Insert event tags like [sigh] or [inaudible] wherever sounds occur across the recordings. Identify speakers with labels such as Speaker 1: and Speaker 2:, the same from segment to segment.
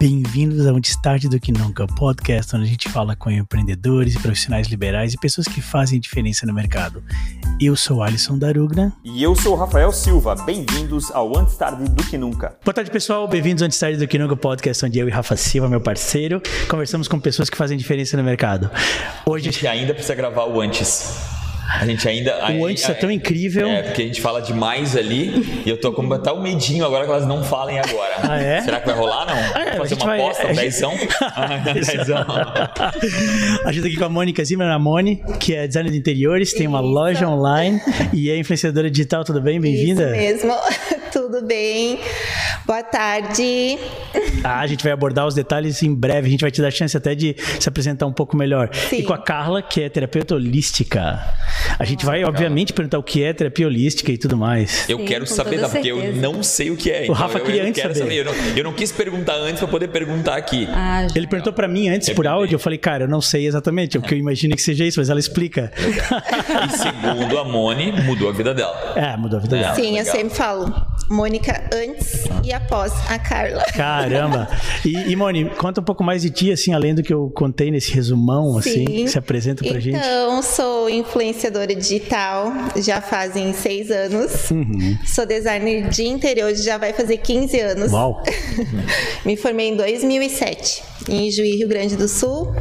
Speaker 1: Bem-vindos ao Destaque do Que Nunca, podcast onde a gente fala com empreendedores, profissionais liberais e pessoas que fazem diferença no mercado. Eu sou Alisson Darugna.
Speaker 2: E eu sou o Rafael Silva. Bem-vindos ao Antes Tarde do Que Nunca.
Speaker 1: Boa tarde, pessoal. Bem-vindos ao Antes Tarde do Que Nunca, podcast onde eu e Rafa Silva, meu parceiro, conversamos com pessoas que fazem diferença no mercado.
Speaker 3: Hoje... A gente ainda precisa gravar o antes. A gente ainda.
Speaker 1: O antes
Speaker 3: a,
Speaker 1: é tão incrível.
Speaker 3: É, [laughs] porque a gente fala demais ali e eu tô com até o um medinho agora que elas não falem agora.
Speaker 1: Ah, é?
Speaker 3: Será que vai rolar? Não?
Speaker 1: Ah, é,
Speaker 3: fazer
Speaker 1: a gente
Speaker 3: uma
Speaker 1: vai-
Speaker 3: aposta,
Speaker 1: a [laughs]
Speaker 3: um
Speaker 1: gente-
Speaker 3: dezão. Dezão.
Speaker 1: A gente tá aqui com a Mônica Zimmermanoni, que é designer de interiores, tem uma loja online e é influenciadora digital. Tudo bem? Bem-vinda.
Speaker 4: Isso mesmo. [laughs] Tudo bem? Boa tarde.
Speaker 1: Ah, a gente vai abordar os detalhes em breve. A gente vai te dar chance até de se apresentar um pouco melhor.
Speaker 4: Sim.
Speaker 1: E com a Carla, que é terapeuta holística. A gente vai, obviamente, perguntar o que é terapia holística e tudo mais.
Speaker 3: Eu
Speaker 5: Sim,
Speaker 3: quero
Speaker 5: com
Speaker 3: saber,
Speaker 5: toda
Speaker 3: tá? Porque eu
Speaker 5: certeza.
Speaker 3: não sei o que é.
Speaker 1: Rafa
Speaker 3: eu,
Speaker 1: queria
Speaker 3: eu
Speaker 1: antes
Speaker 3: quero
Speaker 1: saber.
Speaker 3: Eu, não, eu não quis perguntar antes pra poder perguntar aqui.
Speaker 5: Ah, já.
Speaker 1: Ele perguntou pra mim antes por áudio, eu falei, cara, eu não sei exatamente, o que eu imagino que seja isso, mas ela explica.
Speaker 3: E segundo a Moni, mudou a vida dela.
Speaker 1: É, mudou a vida dela.
Speaker 4: Sim, eu
Speaker 3: legal.
Speaker 4: sempre falo. Mônica antes
Speaker 1: Ah.
Speaker 4: e após a Carla.
Speaker 1: Caramba! E, e Moni, conta um pouco mais de ti, assim, além do que eu contei nesse resumão, assim, que se apresenta pra
Speaker 4: então,
Speaker 1: gente.
Speaker 4: Então, sou influenciadora digital, já fazem seis anos.
Speaker 1: Uhum.
Speaker 4: Sou designer de interiores, já vai fazer 15 anos.
Speaker 1: Uau!
Speaker 4: [laughs] Me formei em 2007, em Juí, Rio Grande do Sul.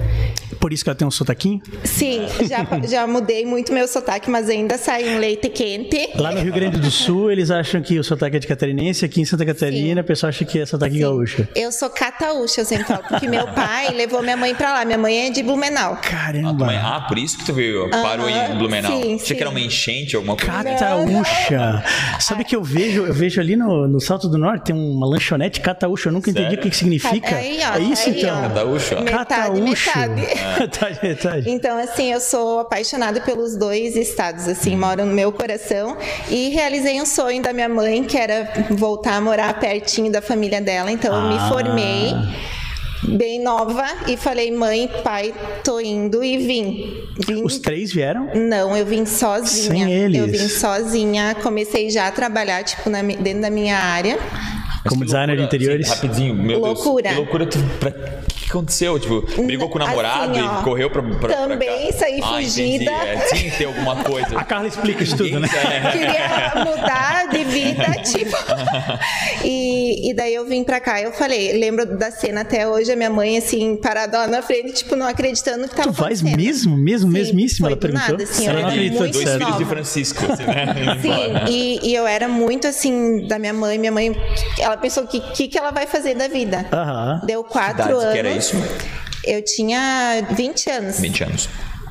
Speaker 1: Por isso que ela tem um sotaquinho?
Speaker 4: Sim,
Speaker 1: [laughs]
Speaker 4: já, já mudei muito meu sotaque, mas ainda sai um leite quente.
Speaker 1: Lá no Rio Grande do Sul, eles acham que o sotaque é de catarinense, aqui em Santa Catarina, o pessoal acha que é sotaque gaúcho.
Speaker 4: Eu sou cataúcha, eu sempre falo, porque meu pai [laughs] levou minha mãe pra lá. Minha mãe é de Blumenau.
Speaker 3: Ah, tu-
Speaker 1: Caramba!
Speaker 3: ah, por isso que tu veio. Parou
Speaker 5: Ah,
Speaker 4: Aham,
Speaker 3: em Blumenau.
Speaker 4: sim,
Speaker 3: Achei
Speaker 4: sim.
Speaker 3: que era uma enchente, alguma coisa. assim.
Speaker 1: Cataúcha! Sabe que eu vejo, eu vejo ali no, no Salto do Norte, tem uma lanchonete cataúcha, eu nunca entendi
Speaker 3: Sério?
Speaker 1: o que, que significa.
Speaker 4: Aí, ó,
Speaker 1: é isso
Speaker 4: aí,
Speaker 1: então?
Speaker 4: ó.
Speaker 3: Cataúcho, ó.
Speaker 4: Metade,
Speaker 1: Cataúcho.
Speaker 4: metade.
Speaker 1: [laughs] Metade, metade.
Speaker 4: Então, assim, eu sou apaixonada pelos dois estados, assim, moram no meu coração. E realizei um sonho da minha mãe, que era voltar a morar pertinho da família dela. Então, eu
Speaker 1: Ah.
Speaker 4: me formei bem nova e falei, mãe, pai, tô indo e vim. Vim
Speaker 1: Os três vieram?
Speaker 4: Não, eu vim sozinha.
Speaker 1: Sem eles.
Speaker 4: Eu vim sozinha, comecei já a trabalhar, tipo, na mi- dentro da minha área.
Speaker 3: Mas
Speaker 1: Como
Speaker 3: que
Speaker 1: designer de
Speaker 3: loucura,
Speaker 1: interiores.
Speaker 3: assim, rapidinho, meu
Speaker 4: Loucura.
Speaker 3: Deus. Que loucura. Tu, pra, que aconteceu? Tipo, brigou com o namorado
Speaker 4: Assim,
Speaker 3: e
Speaker 4: ó,
Speaker 3: correu pra, pra, pra cá?
Speaker 4: também saí
Speaker 3: Ah,
Speaker 4: fugida.
Speaker 3: entendi. É, tinha que ter alguma
Speaker 1: A
Speaker 4: [laughs]
Speaker 3: coisa.
Speaker 1: Carla explica isso tudo, né?
Speaker 4: Queria mudar
Speaker 3: [laughs]
Speaker 4: de vida, tipo. E, e daí eu vim pra cá, eu falei, lembro da cena até hoje, a minha mãe, assim, parada lá na frente, tipo, não acreditando no que tava
Speaker 1: Tu faz
Speaker 4: acontecendo.
Speaker 1: mesmo, mesmo,
Speaker 4: Sim,
Speaker 1: mesmíssimo?
Speaker 4: foi
Speaker 1: Ela
Speaker 4: do
Speaker 1: perguntou.
Speaker 4: nada, assim,
Speaker 1: ela
Speaker 4: eu
Speaker 1: não
Speaker 4: era
Speaker 1: acreditou,
Speaker 4: muito
Speaker 3: Dois
Speaker 1: sério.
Speaker 3: filhos de
Speaker 4: nova.
Speaker 3: Francisco. Assim, né?
Speaker 4: Sim, e, e eu era muito assim da minha mãe. Minha mãe, ela pensou o que, que, que ela vai fazer da vida.
Speaker 1: Aham.
Speaker 4: Deu quatro
Speaker 3: Que idade
Speaker 4: anos.
Speaker 3: que era isso?
Speaker 4: Eu tinha 20 anos.
Speaker 3: 20 anos.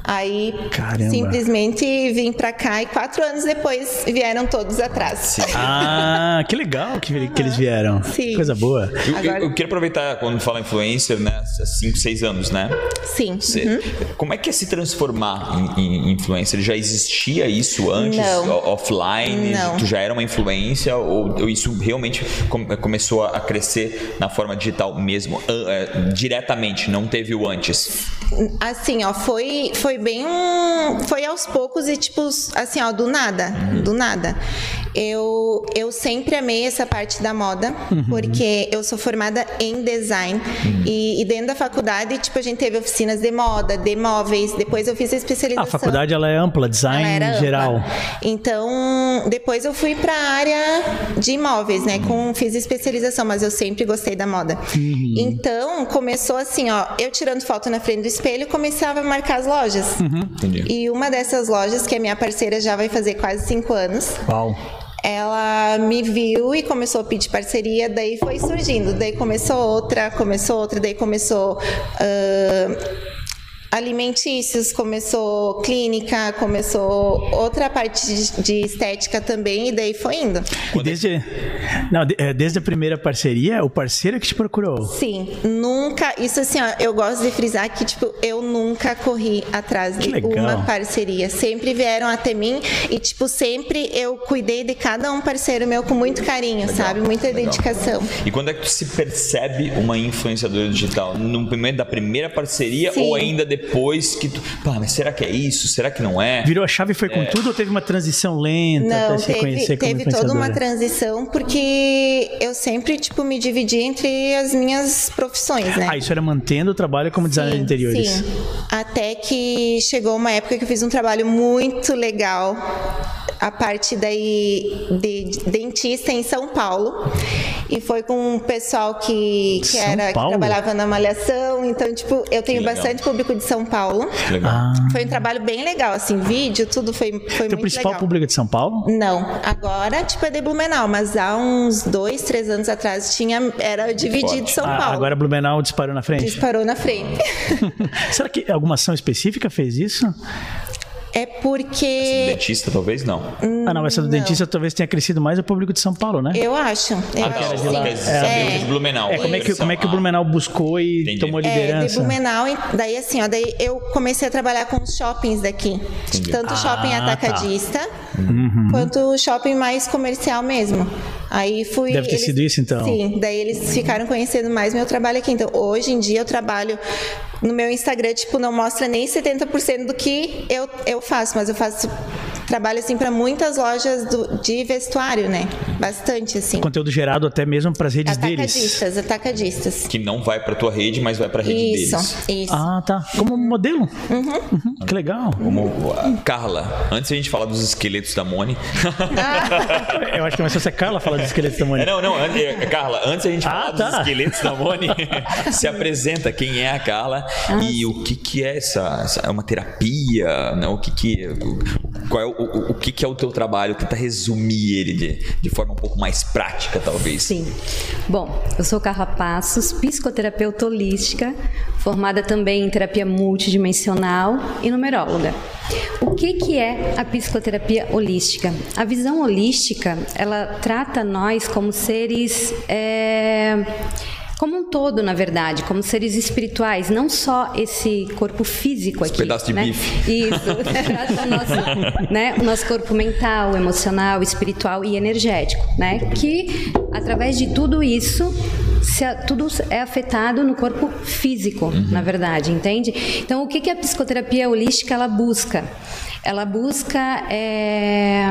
Speaker 4: Aí
Speaker 1: Caramba.
Speaker 4: simplesmente vim pra cá e quatro anos depois vieram todos atrás.
Speaker 1: Ah, que legal que, que eles vieram.
Speaker 4: Sim.
Speaker 1: Coisa boa.
Speaker 3: Eu,
Speaker 4: Agora-
Speaker 3: eu, eu quero aproveitar quando fala influencer, né? 5, 6 anos, né?
Speaker 4: Sim.
Speaker 3: Cê-
Speaker 1: Uhum.
Speaker 3: Como é que é se transformar em, em influencer? Já existia isso antes,
Speaker 4: Não.
Speaker 3: o- offline?
Speaker 4: Não.
Speaker 3: Tu já era uma influência ou, ou isso realmente com- começou a crescer na forma digital mesmo, an- é, diretamente? Não teve o antes?
Speaker 4: Assim, ó, foi, foi bem um. Foi aos poucos e, tipo, assim, ó, do nada. Do nada. Eu, eu sempre amei essa parte da moda, porque eu sou formada em design. E, e dentro da faculdade, tipo, a gente teve oficinas de moda, de móveis. Depois eu fiz a especialização.
Speaker 1: A faculdade ela é ampla,
Speaker 4: Ela
Speaker 1: design
Speaker 4: era ampla.
Speaker 1: geral.
Speaker 4: Então, depois eu fui para a área de imóveis, né? Com, fiz especialização, mas eu sempre gostei da moda. Então, começou assim, ó. Eu tirando foto na frente do espelho, começava a marcar as lojas.
Speaker 1: Uhum.
Speaker 3: Entendi.
Speaker 4: E uma dessas lojas, que é minha parceira já vai fazer quase cinco anos,
Speaker 1: Uau.
Speaker 4: ela me viu e começou a pedir parceria, daí foi surgindo, daí começou outra, começou outra, daí começou ah, alimentícios, começou clínica, começou outra parte de, de estética também, e daí foi indo.
Speaker 1: E
Speaker 3: é
Speaker 1: desde, não, de- é, desde a primeira parceria, o parceiro que te procurou.
Speaker 4: Sim, nunca, isso assim, ó, eu gosto de frisar que, tipo, eu nunca corri atrás
Speaker 1: Que
Speaker 4: de
Speaker 1: legal.
Speaker 4: uma parceria. Sempre vieram até mim e, tipo, sempre eu cuidei de cada um parceiro meu com muito carinho, sabe? Muita
Speaker 3: legal.
Speaker 4: dedicação.
Speaker 3: E quando é que tu se percebe uma influenciadora digital? No momento da primeira parceria
Speaker 4: Sim.
Speaker 3: ou ainda depois que tu. Pá, mas será que é isso? Será que não é?
Speaker 1: Virou a chave e foi com tudo ou teve uma transição lenta
Speaker 4: Não,
Speaker 1: até se
Speaker 4: teve,
Speaker 1: conhecer como
Speaker 4: teve toda uma
Speaker 1: influenciadora?
Speaker 4: transição, porque eu sempre, tipo, me dividi entre as minhas profissões, né?
Speaker 1: Ah, isso é era mantendo o trabalho como designer de interiores.
Speaker 4: Sim. Até que chegou uma época que eu fiz um trabalho muito legal. A parte daí de dentista em São Paulo. E foi com um pessoal que, que
Speaker 1: São
Speaker 4: era
Speaker 1: Paulo?
Speaker 4: que trabalhava na malhação. Então, tipo, eu tenho
Speaker 3: legal.
Speaker 4: bastante público de São Paulo.
Speaker 3: Legal.
Speaker 1: Ah,
Speaker 4: Foi um trabalho bem legal, assim, vídeo, tudo foi, foi
Speaker 1: teu
Speaker 4: muito
Speaker 1: principal
Speaker 4: legal.
Speaker 1: público é de São Paulo?
Speaker 4: Não, agora tipo é de Blumenau, mas há uns dois, três anos atrás tinha era dividido
Speaker 3: Forte.
Speaker 4: São
Speaker 1: Ah,
Speaker 4: Paulo.
Speaker 1: agora Blumenau disparou na frente.
Speaker 4: Disparou na frente.
Speaker 1: Será que alguma ação específica fez isso?
Speaker 4: É porque
Speaker 3: Dentista, talvez não.
Speaker 1: ah, não, essa do dentista talvez tenha crescido mais o público de São Paulo, né?
Speaker 4: Hum, eu acho. Eu
Speaker 3: Ah,
Speaker 4: acho
Speaker 3: tá,
Speaker 4: que
Speaker 1: de lá.
Speaker 3: quer
Speaker 4: sim. É.
Speaker 3: dizer, saber o de Blumenau.
Speaker 1: É, como é que, como é que o Blumenau buscou e
Speaker 3: Entendi.
Speaker 1: tomou
Speaker 4: É, de
Speaker 1: liderança?
Speaker 4: Blumenau, e daí assim, ó, daí eu comecei a trabalhar com os shoppings daqui. Tanto
Speaker 1: Ah,
Speaker 4: shopping
Speaker 1: tá. Uhum.
Speaker 4: atacadista, quanto shopping mais comercial mesmo. Aí fui.
Speaker 1: Deve ter
Speaker 4: eles-
Speaker 1: sido isso, então.
Speaker 4: Sim, daí eles ficaram conhecendo mais meu trabalho aqui. Então, hoje em dia eu trabalho no meu Instagram, tipo, não mostra nem 70% do que eu, eu faço, mas eu faço trabalho assim para muitas lojas do- de vestuário, né? Bastante assim.
Speaker 1: Conteúdo gerado até mesmo para as redes deles.
Speaker 4: Atacadistas, atacadistas.
Speaker 3: Que não vai pra tua rede, mas vai pra rede
Speaker 4: Isso,
Speaker 3: deles.
Speaker 4: isso.
Speaker 1: Ah, tá. Como modelo? Uhum, Que legal.
Speaker 3: Vamos- ah, Carla, antes a gente falar dos esqueletos da Moni. [laughs]
Speaker 1: Eu acho que é mais fácil a Carla falar de esqueleto da
Speaker 3: É,
Speaker 1: mulher.
Speaker 3: não, não, an- é, Carla, antes a gente
Speaker 1: Ah,
Speaker 3: falar dos
Speaker 1: tá.
Speaker 3: esqueletos
Speaker 1: [laughs]
Speaker 3: da Moni, se apresenta quem é a Carla e o que que é essa, essa- é uma terapia, né? O que que o- qual é o, o, o que que é o teu trabalho? Tenta resumir ele de, de forma um pouco mais prática, talvez.
Speaker 5: Sim. Bom, eu sou Carla Passos, psicoterapeuta holística, formada também em terapia multidimensional e numeróloga. O que, que é a psicoterapia holística? A visão holística, ela trata nós como seres... é, como um todo, na verdade, como seres espirituais, não só esse corpo físico aqui.
Speaker 3: pedaço de
Speaker 5: né?
Speaker 3: bife.
Speaker 5: Isso,
Speaker 3: [laughs]
Speaker 5: trata o nosso, né, o nosso corpo mental, emocional, espiritual e energético, né? Que através de tudo isso, se a- tudo é afetado no corpo físico,
Speaker 3: Uhum.
Speaker 5: na verdade, entende? Então, o que, que a psicoterapia holística ela busca? Ela busca é,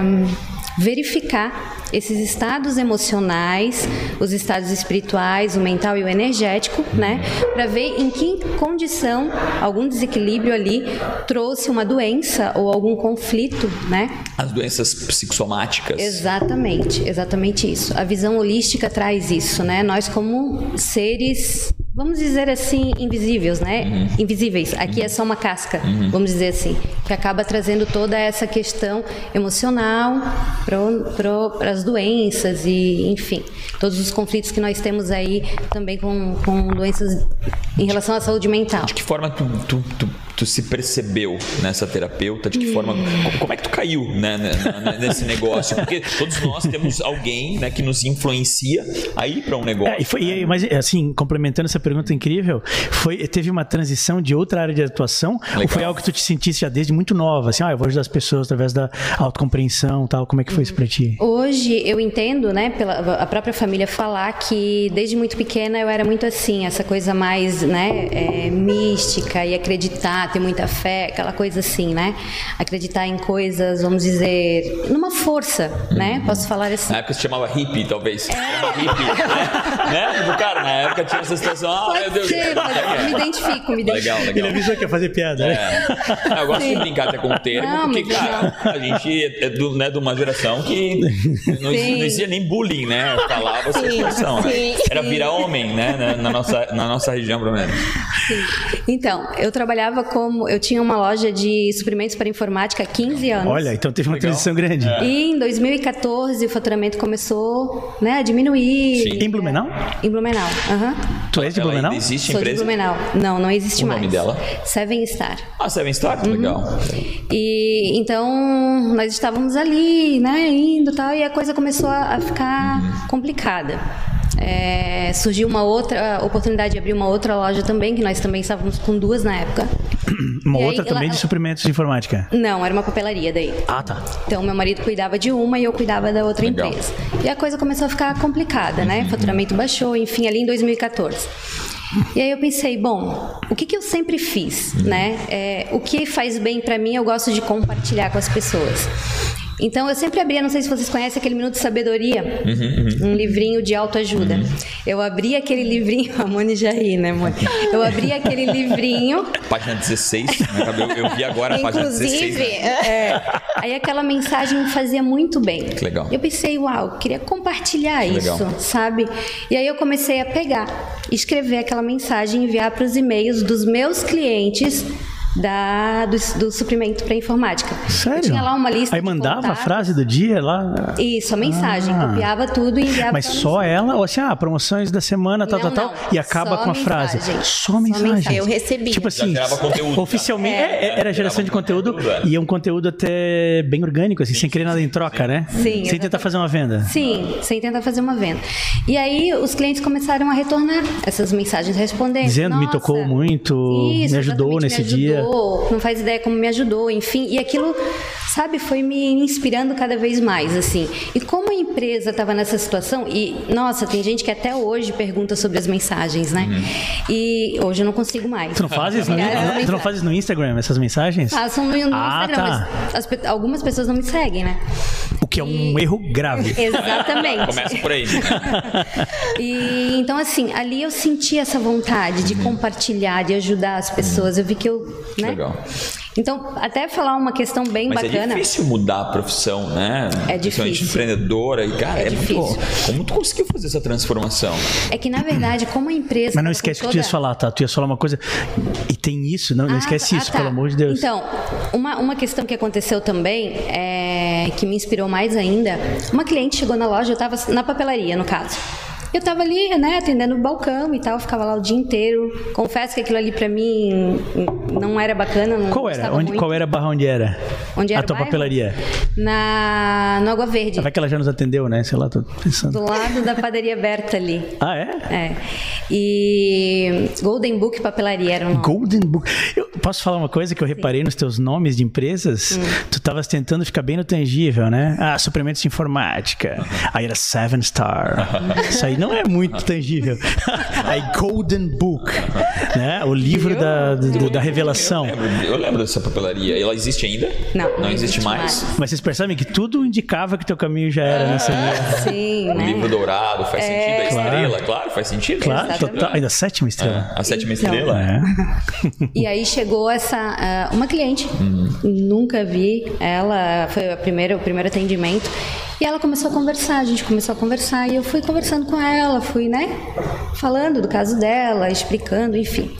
Speaker 5: verificar esses estados emocionais, os estados espirituais, o mental e o energético, né, para ver em que condição algum desequilíbrio ali trouxe uma doença ou algum conflito, né?
Speaker 3: As doenças psicossomáticas.
Speaker 5: Exatamente, exatamente isso. A visão holística traz isso, né? Nós como seres Vamos dizer assim, invisíveis, né? Invisíveis. Aqui é só uma casca, vamos dizer assim, que acaba trazendo toda essa questão emocional para as doenças e, enfim, todos os conflitos que nós temos aí também com, com doenças em relação à saúde mental.
Speaker 3: De que forma tu, tu, tu, tu se percebeu nessa terapeuta?
Speaker 5: Hum.
Speaker 3: De que forma. co- Como é que tu caiu né, né, né, nesse negócio? Porque todos nós temos alguém né, que nos influencia a ir pra um negócio.
Speaker 1: É, e foi, e aí, mas assim, complementando essa pergunta incrível, foi, teve uma transição de outra área de atuação ou
Speaker 3: Legal.
Speaker 1: foi algo que tu te sentisse já desde muito nova? Assim, ah, eu vou ajudar as pessoas através da autocompreensão e tal. Como é que foi isso pra ti?
Speaker 5: Hoje eu entendo, né, pela a própria família falar que desde muito pequena eu era muito assim, essa coisa mais, né, é, mística e acreditar, ter muita fé, aquela coisa assim, né? Acreditar em coisas, vamos dizer, numa força, né? Posso falar assim.
Speaker 3: Na época se chamava hippie,
Speaker 5: É.
Speaker 3: talvez. Era
Speaker 5: [laughs]
Speaker 3: hippie. Né? né? Tipo, cara, na época tinha essa situação. Ah, meu
Speaker 5: Pode
Speaker 3: Deus.
Speaker 5: ser, mas eu me identifico, me identifico.
Speaker 3: Legal, legal.
Speaker 1: avisou que ia fazer piada, né?
Speaker 3: É. Eu gosto de brincar até com o termo,
Speaker 5: Não,
Speaker 3: porque,
Speaker 5: muito
Speaker 3: cara, a gente é do, né, de uma geração que não existia,
Speaker 5: Sim.
Speaker 3: não existia nem bullying, né? Falava essa
Speaker 4: Sim,
Speaker 3: expressão, né?
Speaker 4: sim.
Speaker 3: Era virar homem, né? Na, na nossa, na nossa região, pelo menos.
Speaker 5: Então, eu trabalhava como. Eu tinha uma loja de suprimentos para informática há 15 anos.
Speaker 1: Olha, então teve uma
Speaker 3: Legal. É.
Speaker 1: transição grande.
Speaker 5: E em 2014 o faturamento começou né, a diminuir.
Speaker 3: Sim.
Speaker 1: Em Blumenau?
Speaker 5: Em Blumenau. aham.
Speaker 1: Tu és de
Speaker 3: Ela
Speaker 1: Blumenau?
Speaker 3: ainda existe a
Speaker 5: Sou de
Speaker 3: empresa?
Speaker 5: Blumenau. Não, não existe
Speaker 3: O
Speaker 5: mais.
Speaker 3: nome dela?
Speaker 5: Seven Star.
Speaker 3: Ah, Seven Star,
Speaker 5: Uhum.
Speaker 3: que legal.
Speaker 5: E então nós estávamos ali, né, indo e tal, e a coisa começou a a ficar
Speaker 3: Uhum.
Speaker 5: complicada. É, surgiu uma outra oportunidade de abrir uma outra loja também, que nós também estávamos com duas na época.
Speaker 1: Uma
Speaker 5: E aí,
Speaker 1: outra também
Speaker 5: lá-
Speaker 1: de suprimentos de informática.
Speaker 5: Não, era uma papelaria daí.
Speaker 1: Ah, tá.
Speaker 5: Então, meu marido cuidava de uma e eu cuidava da outra
Speaker 3: Legal.
Speaker 5: empresa. E a coisa começou a ficar complicada, né? Faturamento baixou, enfim, ali em 2014. E aí eu pensei, bom, o que, que eu sempre fiz, né? É, o que faz bem para mim, eu gosto de compartilhar com as pessoas. Então eu sempre abria, não sei se vocês conhecem aquele Minuto de Sabedoria, um livrinho de autoajuda. Eu abria aquele livrinho, [laughs] a Moni já ri, né, Moni? Eu abria aquele livrinho
Speaker 3: Página 16, né? eu, eu vi agora a página 16.
Speaker 4: Inclusive,
Speaker 3: né?
Speaker 5: é, aí aquela mensagem me fazia muito bem.
Speaker 3: Que legal.
Speaker 5: Eu pensei, uau, queria compartilhar
Speaker 3: Que
Speaker 5: isso,
Speaker 3: legal.
Speaker 5: sabe? E aí eu comecei a pegar, escrever aquela mensagem, enviar para os e-mails dos meus clientes da, do, do suprimento para informática.
Speaker 1: Sério?
Speaker 5: Eu tinha lá uma lista.
Speaker 1: Aí
Speaker 5: de
Speaker 1: mandava a
Speaker 5: contatos.
Speaker 1: frase do dia lá.
Speaker 5: Isso, a mensagem.
Speaker 1: Ah.
Speaker 5: Copiava tudo e enviava.
Speaker 1: Mas
Speaker 5: pra
Speaker 1: só ela, ou assim, ah, promoções da semana, tal,
Speaker 5: Não,
Speaker 1: tal,
Speaker 5: não.
Speaker 1: tal, e acaba
Speaker 5: Só
Speaker 1: com a frase.
Speaker 5: mensagem.
Speaker 1: Só
Speaker 5: Só
Speaker 1: mensagem.
Speaker 5: mensagem.
Speaker 4: Eu recebi.
Speaker 1: Tipo
Speaker 3: Já
Speaker 1: assim,
Speaker 3: gerava conteúdo, já.
Speaker 1: oficialmente é, era geração
Speaker 3: gerava
Speaker 1: de conteúdo,
Speaker 3: conteúdo, é.
Speaker 1: e é um conteúdo até bem orgânico, assim, sem querer nada em troca, né?
Speaker 5: Sim,
Speaker 1: Sem tentar
Speaker 5: exatamente.
Speaker 1: fazer uma venda.
Speaker 5: Sim, sem tentar fazer uma venda. E aí os clientes começaram a retornar essas mensagens respondendo.
Speaker 1: Dizendo, me
Speaker 5: "Nossa,
Speaker 1: tocou muito,
Speaker 5: isso,
Speaker 1: me ajudou
Speaker 5: exatamente,
Speaker 1: nesse
Speaker 5: me
Speaker 1: dia.
Speaker 5: ajudou, Não faz ideia como me ajudou, enfim. E aquilo, sabe, foi me inspirando cada vez mais, assim. E como a empresa estava nessa situação, e nossa, tem gente que até hoje pergunta sobre as mensagens, né? E hoje eu não consigo mais.
Speaker 1: Uhum.
Speaker 5: É,
Speaker 1: Tu não
Speaker 5: [laughs]
Speaker 1: fazes no, tu não fazes no Instagram essas mensagens?
Speaker 5: Façam no, no
Speaker 1: Ah,
Speaker 5: Instagram,
Speaker 1: tá.
Speaker 5: mas as pe- algumas pessoas não me seguem,
Speaker 1: [laughs]
Speaker 5: né?
Speaker 1: O que é um erro
Speaker 5: [laughs]
Speaker 1: grave.
Speaker 5: Exatamente.
Speaker 3: Começa por aí.
Speaker 5: E então assim, ali eu senti essa vontade
Speaker 3: Uhum.
Speaker 5: de compartilhar, de ajudar as pessoas. Eu vi que eu, né?
Speaker 3: Legal.
Speaker 5: Então, até falar uma questão bem
Speaker 3: Mas
Speaker 5: bacana.
Speaker 3: é difícil mudar a profissão, né?
Speaker 5: É
Speaker 3: Principalmente
Speaker 5: difícil.
Speaker 3: empreendedora. E, cara,
Speaker 5: É
Speaker 3: é, muito.
Speaker 5: difícil.
Speaker 3: Como tu conseguiu fazer essa transformação?
Speaker 5: É que na verdade, como a empresa
Speaker 1: Mas não
Speaker 5: tava
Speaker 1: esquece
Speaker 5: com
Speaker 1: que tu ia
Speaker 5: toda-
Speaker 1: falar, tá? Tu ia falar uma coisa. E tem isso, não, não
Speaker 5: Ah,
Speaker 1: esquece
Speaker 5: ah,
Speaker 1: isso,
Speaker 5: tá.
Speaker 1: pelo amor de Deus.
Speaker 5: Então, uma, uma questão que aconteceu também, é, que me inspirou mais ainda, uma cliente chegou na loja, eu estava na papelaria, no caso. Eu estava ali, né, atendendo o balcão e tal, ficava lá o dia inteiro. Confesso que aquilo ali pra mim não era bacana. Não
Speaker 1: qual era?
Speaker 5: gostava
Speaker 1: Onde,
Speaker 5: muito.
Speaker 1: qual era a barra onde era?
Speaker 5: Onde era
Speaker 1: A
Speaker 5: o
Speaker 1: tua
Speaker 5: bairro?
Speaker 1: papelaria.
Speaker 5: Na, no Água Verde,
Speaker 1: Vai que ela já nos atendeu, né? Sei lá, tô pensando.
Speaker 5: do lado da padaria Berta ali.
Speaker 1: Ah, é?
Speaker 5: É. E Golden Book Papelaria era um
Speaker 1: Golden Book. Eu posso falar uma coisa que eu reparei nos teus nomes de
Speaker 5: Hum.
Speaker 1: empresas? Tu estavas tentando ficar bem no tangível, né? Ah, suprimentos de informática. Aí era Seven Star. Isso aí não é muito
Speaker 5: [laughs]
Speaker 1: tangível. Aí Golden Book, né? O livro da, do- da revelação.
Speaker 3: Eu lembro, eu lembro dessa papelaria. Ela existe ainda?
Speaker 5: Não,
Speaker 3: Não,
Speaker 5: não
Speaker 3: existe,
Speaker 5: existe
Speaker 3: mais.
Speaker 5: mais.
Speaker 1: Mas vocês percebem que tudo indicava que teu caminho já era nessa
Speaker 5: É,
Speaker 1: linha.
Speaker 5: Sim,
Speaker 3: O Um livro
Speaker 5: né?
Speaker 3: dourado, faz sentido. A
Speaker 1: Claro.
Speaker 3: estrela, claro, faz sentido.
Speaker 1: Claro,
Speaker 5: Exatamente.
Speaker 1: total. Ainda sétima estrela.
Speaker 3: A sétima
Speaker 5: Então.
Speaker 3: estrela?
Speaker 1: É.
Speaker 5: E aí chegou essa ah, uma cliente, nunca vi ela, foi a primeira, o primeiro atendimento. E ela começou a conversar, a gente começou a conversar e eu fui conversando com ela, fui, né, falando do caso dela, explicando, enfim.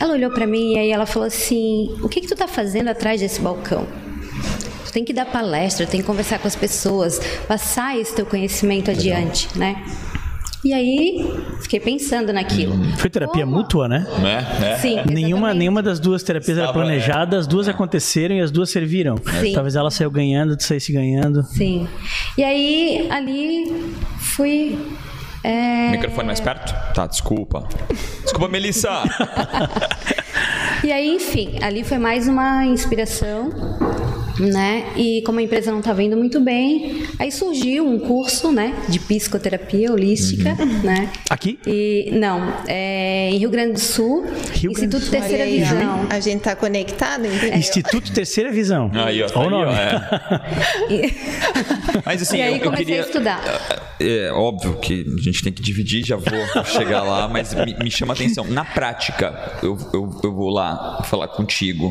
Speaker 5: Ela olhou pra mim e aí ela falou assim: "O que que tu tá fazendo atrás desse balcão?" Tu tem que dar palestra, tem que conversar com as pessoas, passar esse teu conhecimento adiante, né? E aí, fiquei pensando naquilo.
Speaker 1: Foi terapia
Speaker 5: Como-
Speaker 1: mútua, né?
Speaker 3: Né? Né?
Speaker 5: Sim.
Speaker 1: Nenhuma,
Speaker 5: exatamente.
Speaker 1: nenhuma das duas terapias era
Speaker 3: Estava, é.
Speaker 1: planejada, as duas aconteceram e as duas serviram.
Speaker 5: Sim.
Speaker 1: Talvez ela saiu ganhando, tu saísse ganhando.
Speaker 5: Sim. E aí, ali, fui. é,
Speaker 3: Microfone mais perto? Tá, desculpa. Desculpa,
Speaker 5: [laughs]
Speaker 3: Melissa.
Speaker 5: E aí, enfim, ali foi mais uma inspiração, né? E como a empresa não estava indo muito bem, aí surgiu um curso, né, de psicoterapia holística,
Speaker 3: Uhum.
Speaker 5: né?
Speaker 1: Aqui?
Speaker 5: E não, é, em Rio Grande do Sul,
Speaker 1: Rio Grande do
Speaker 5: Instituto
Speaker 1: Sul.
Speaker 5: Terceira
Speaker 4: Olha aí, ó.
Speaker 5: Visão.
Speaker 4: A gente tá conectado, entendeu?
Speaker 3: tá
Speaker 1: Instituto Terceira Visão.
Speaker 3: Aí, ó. tá
Speaker 1: Olha o
Speaker 3: aí, ó,
Speaker 1: nome.
Speaker 3: é.
Speaker 5: [laughs] E-
Speaker 3: Mas assim,
Speaker 5: E aí
Speaker 3: eu, eu
Speaker 5: comecei
Speaker 3: queria.
Speaker 5: a estudar.
Speaker 3: É, é óbvio que a gente tem que dividir, já vou chegar lá, mas me, me chama a atenção. Na prática, eu, eu, eu vou lá falar contigo.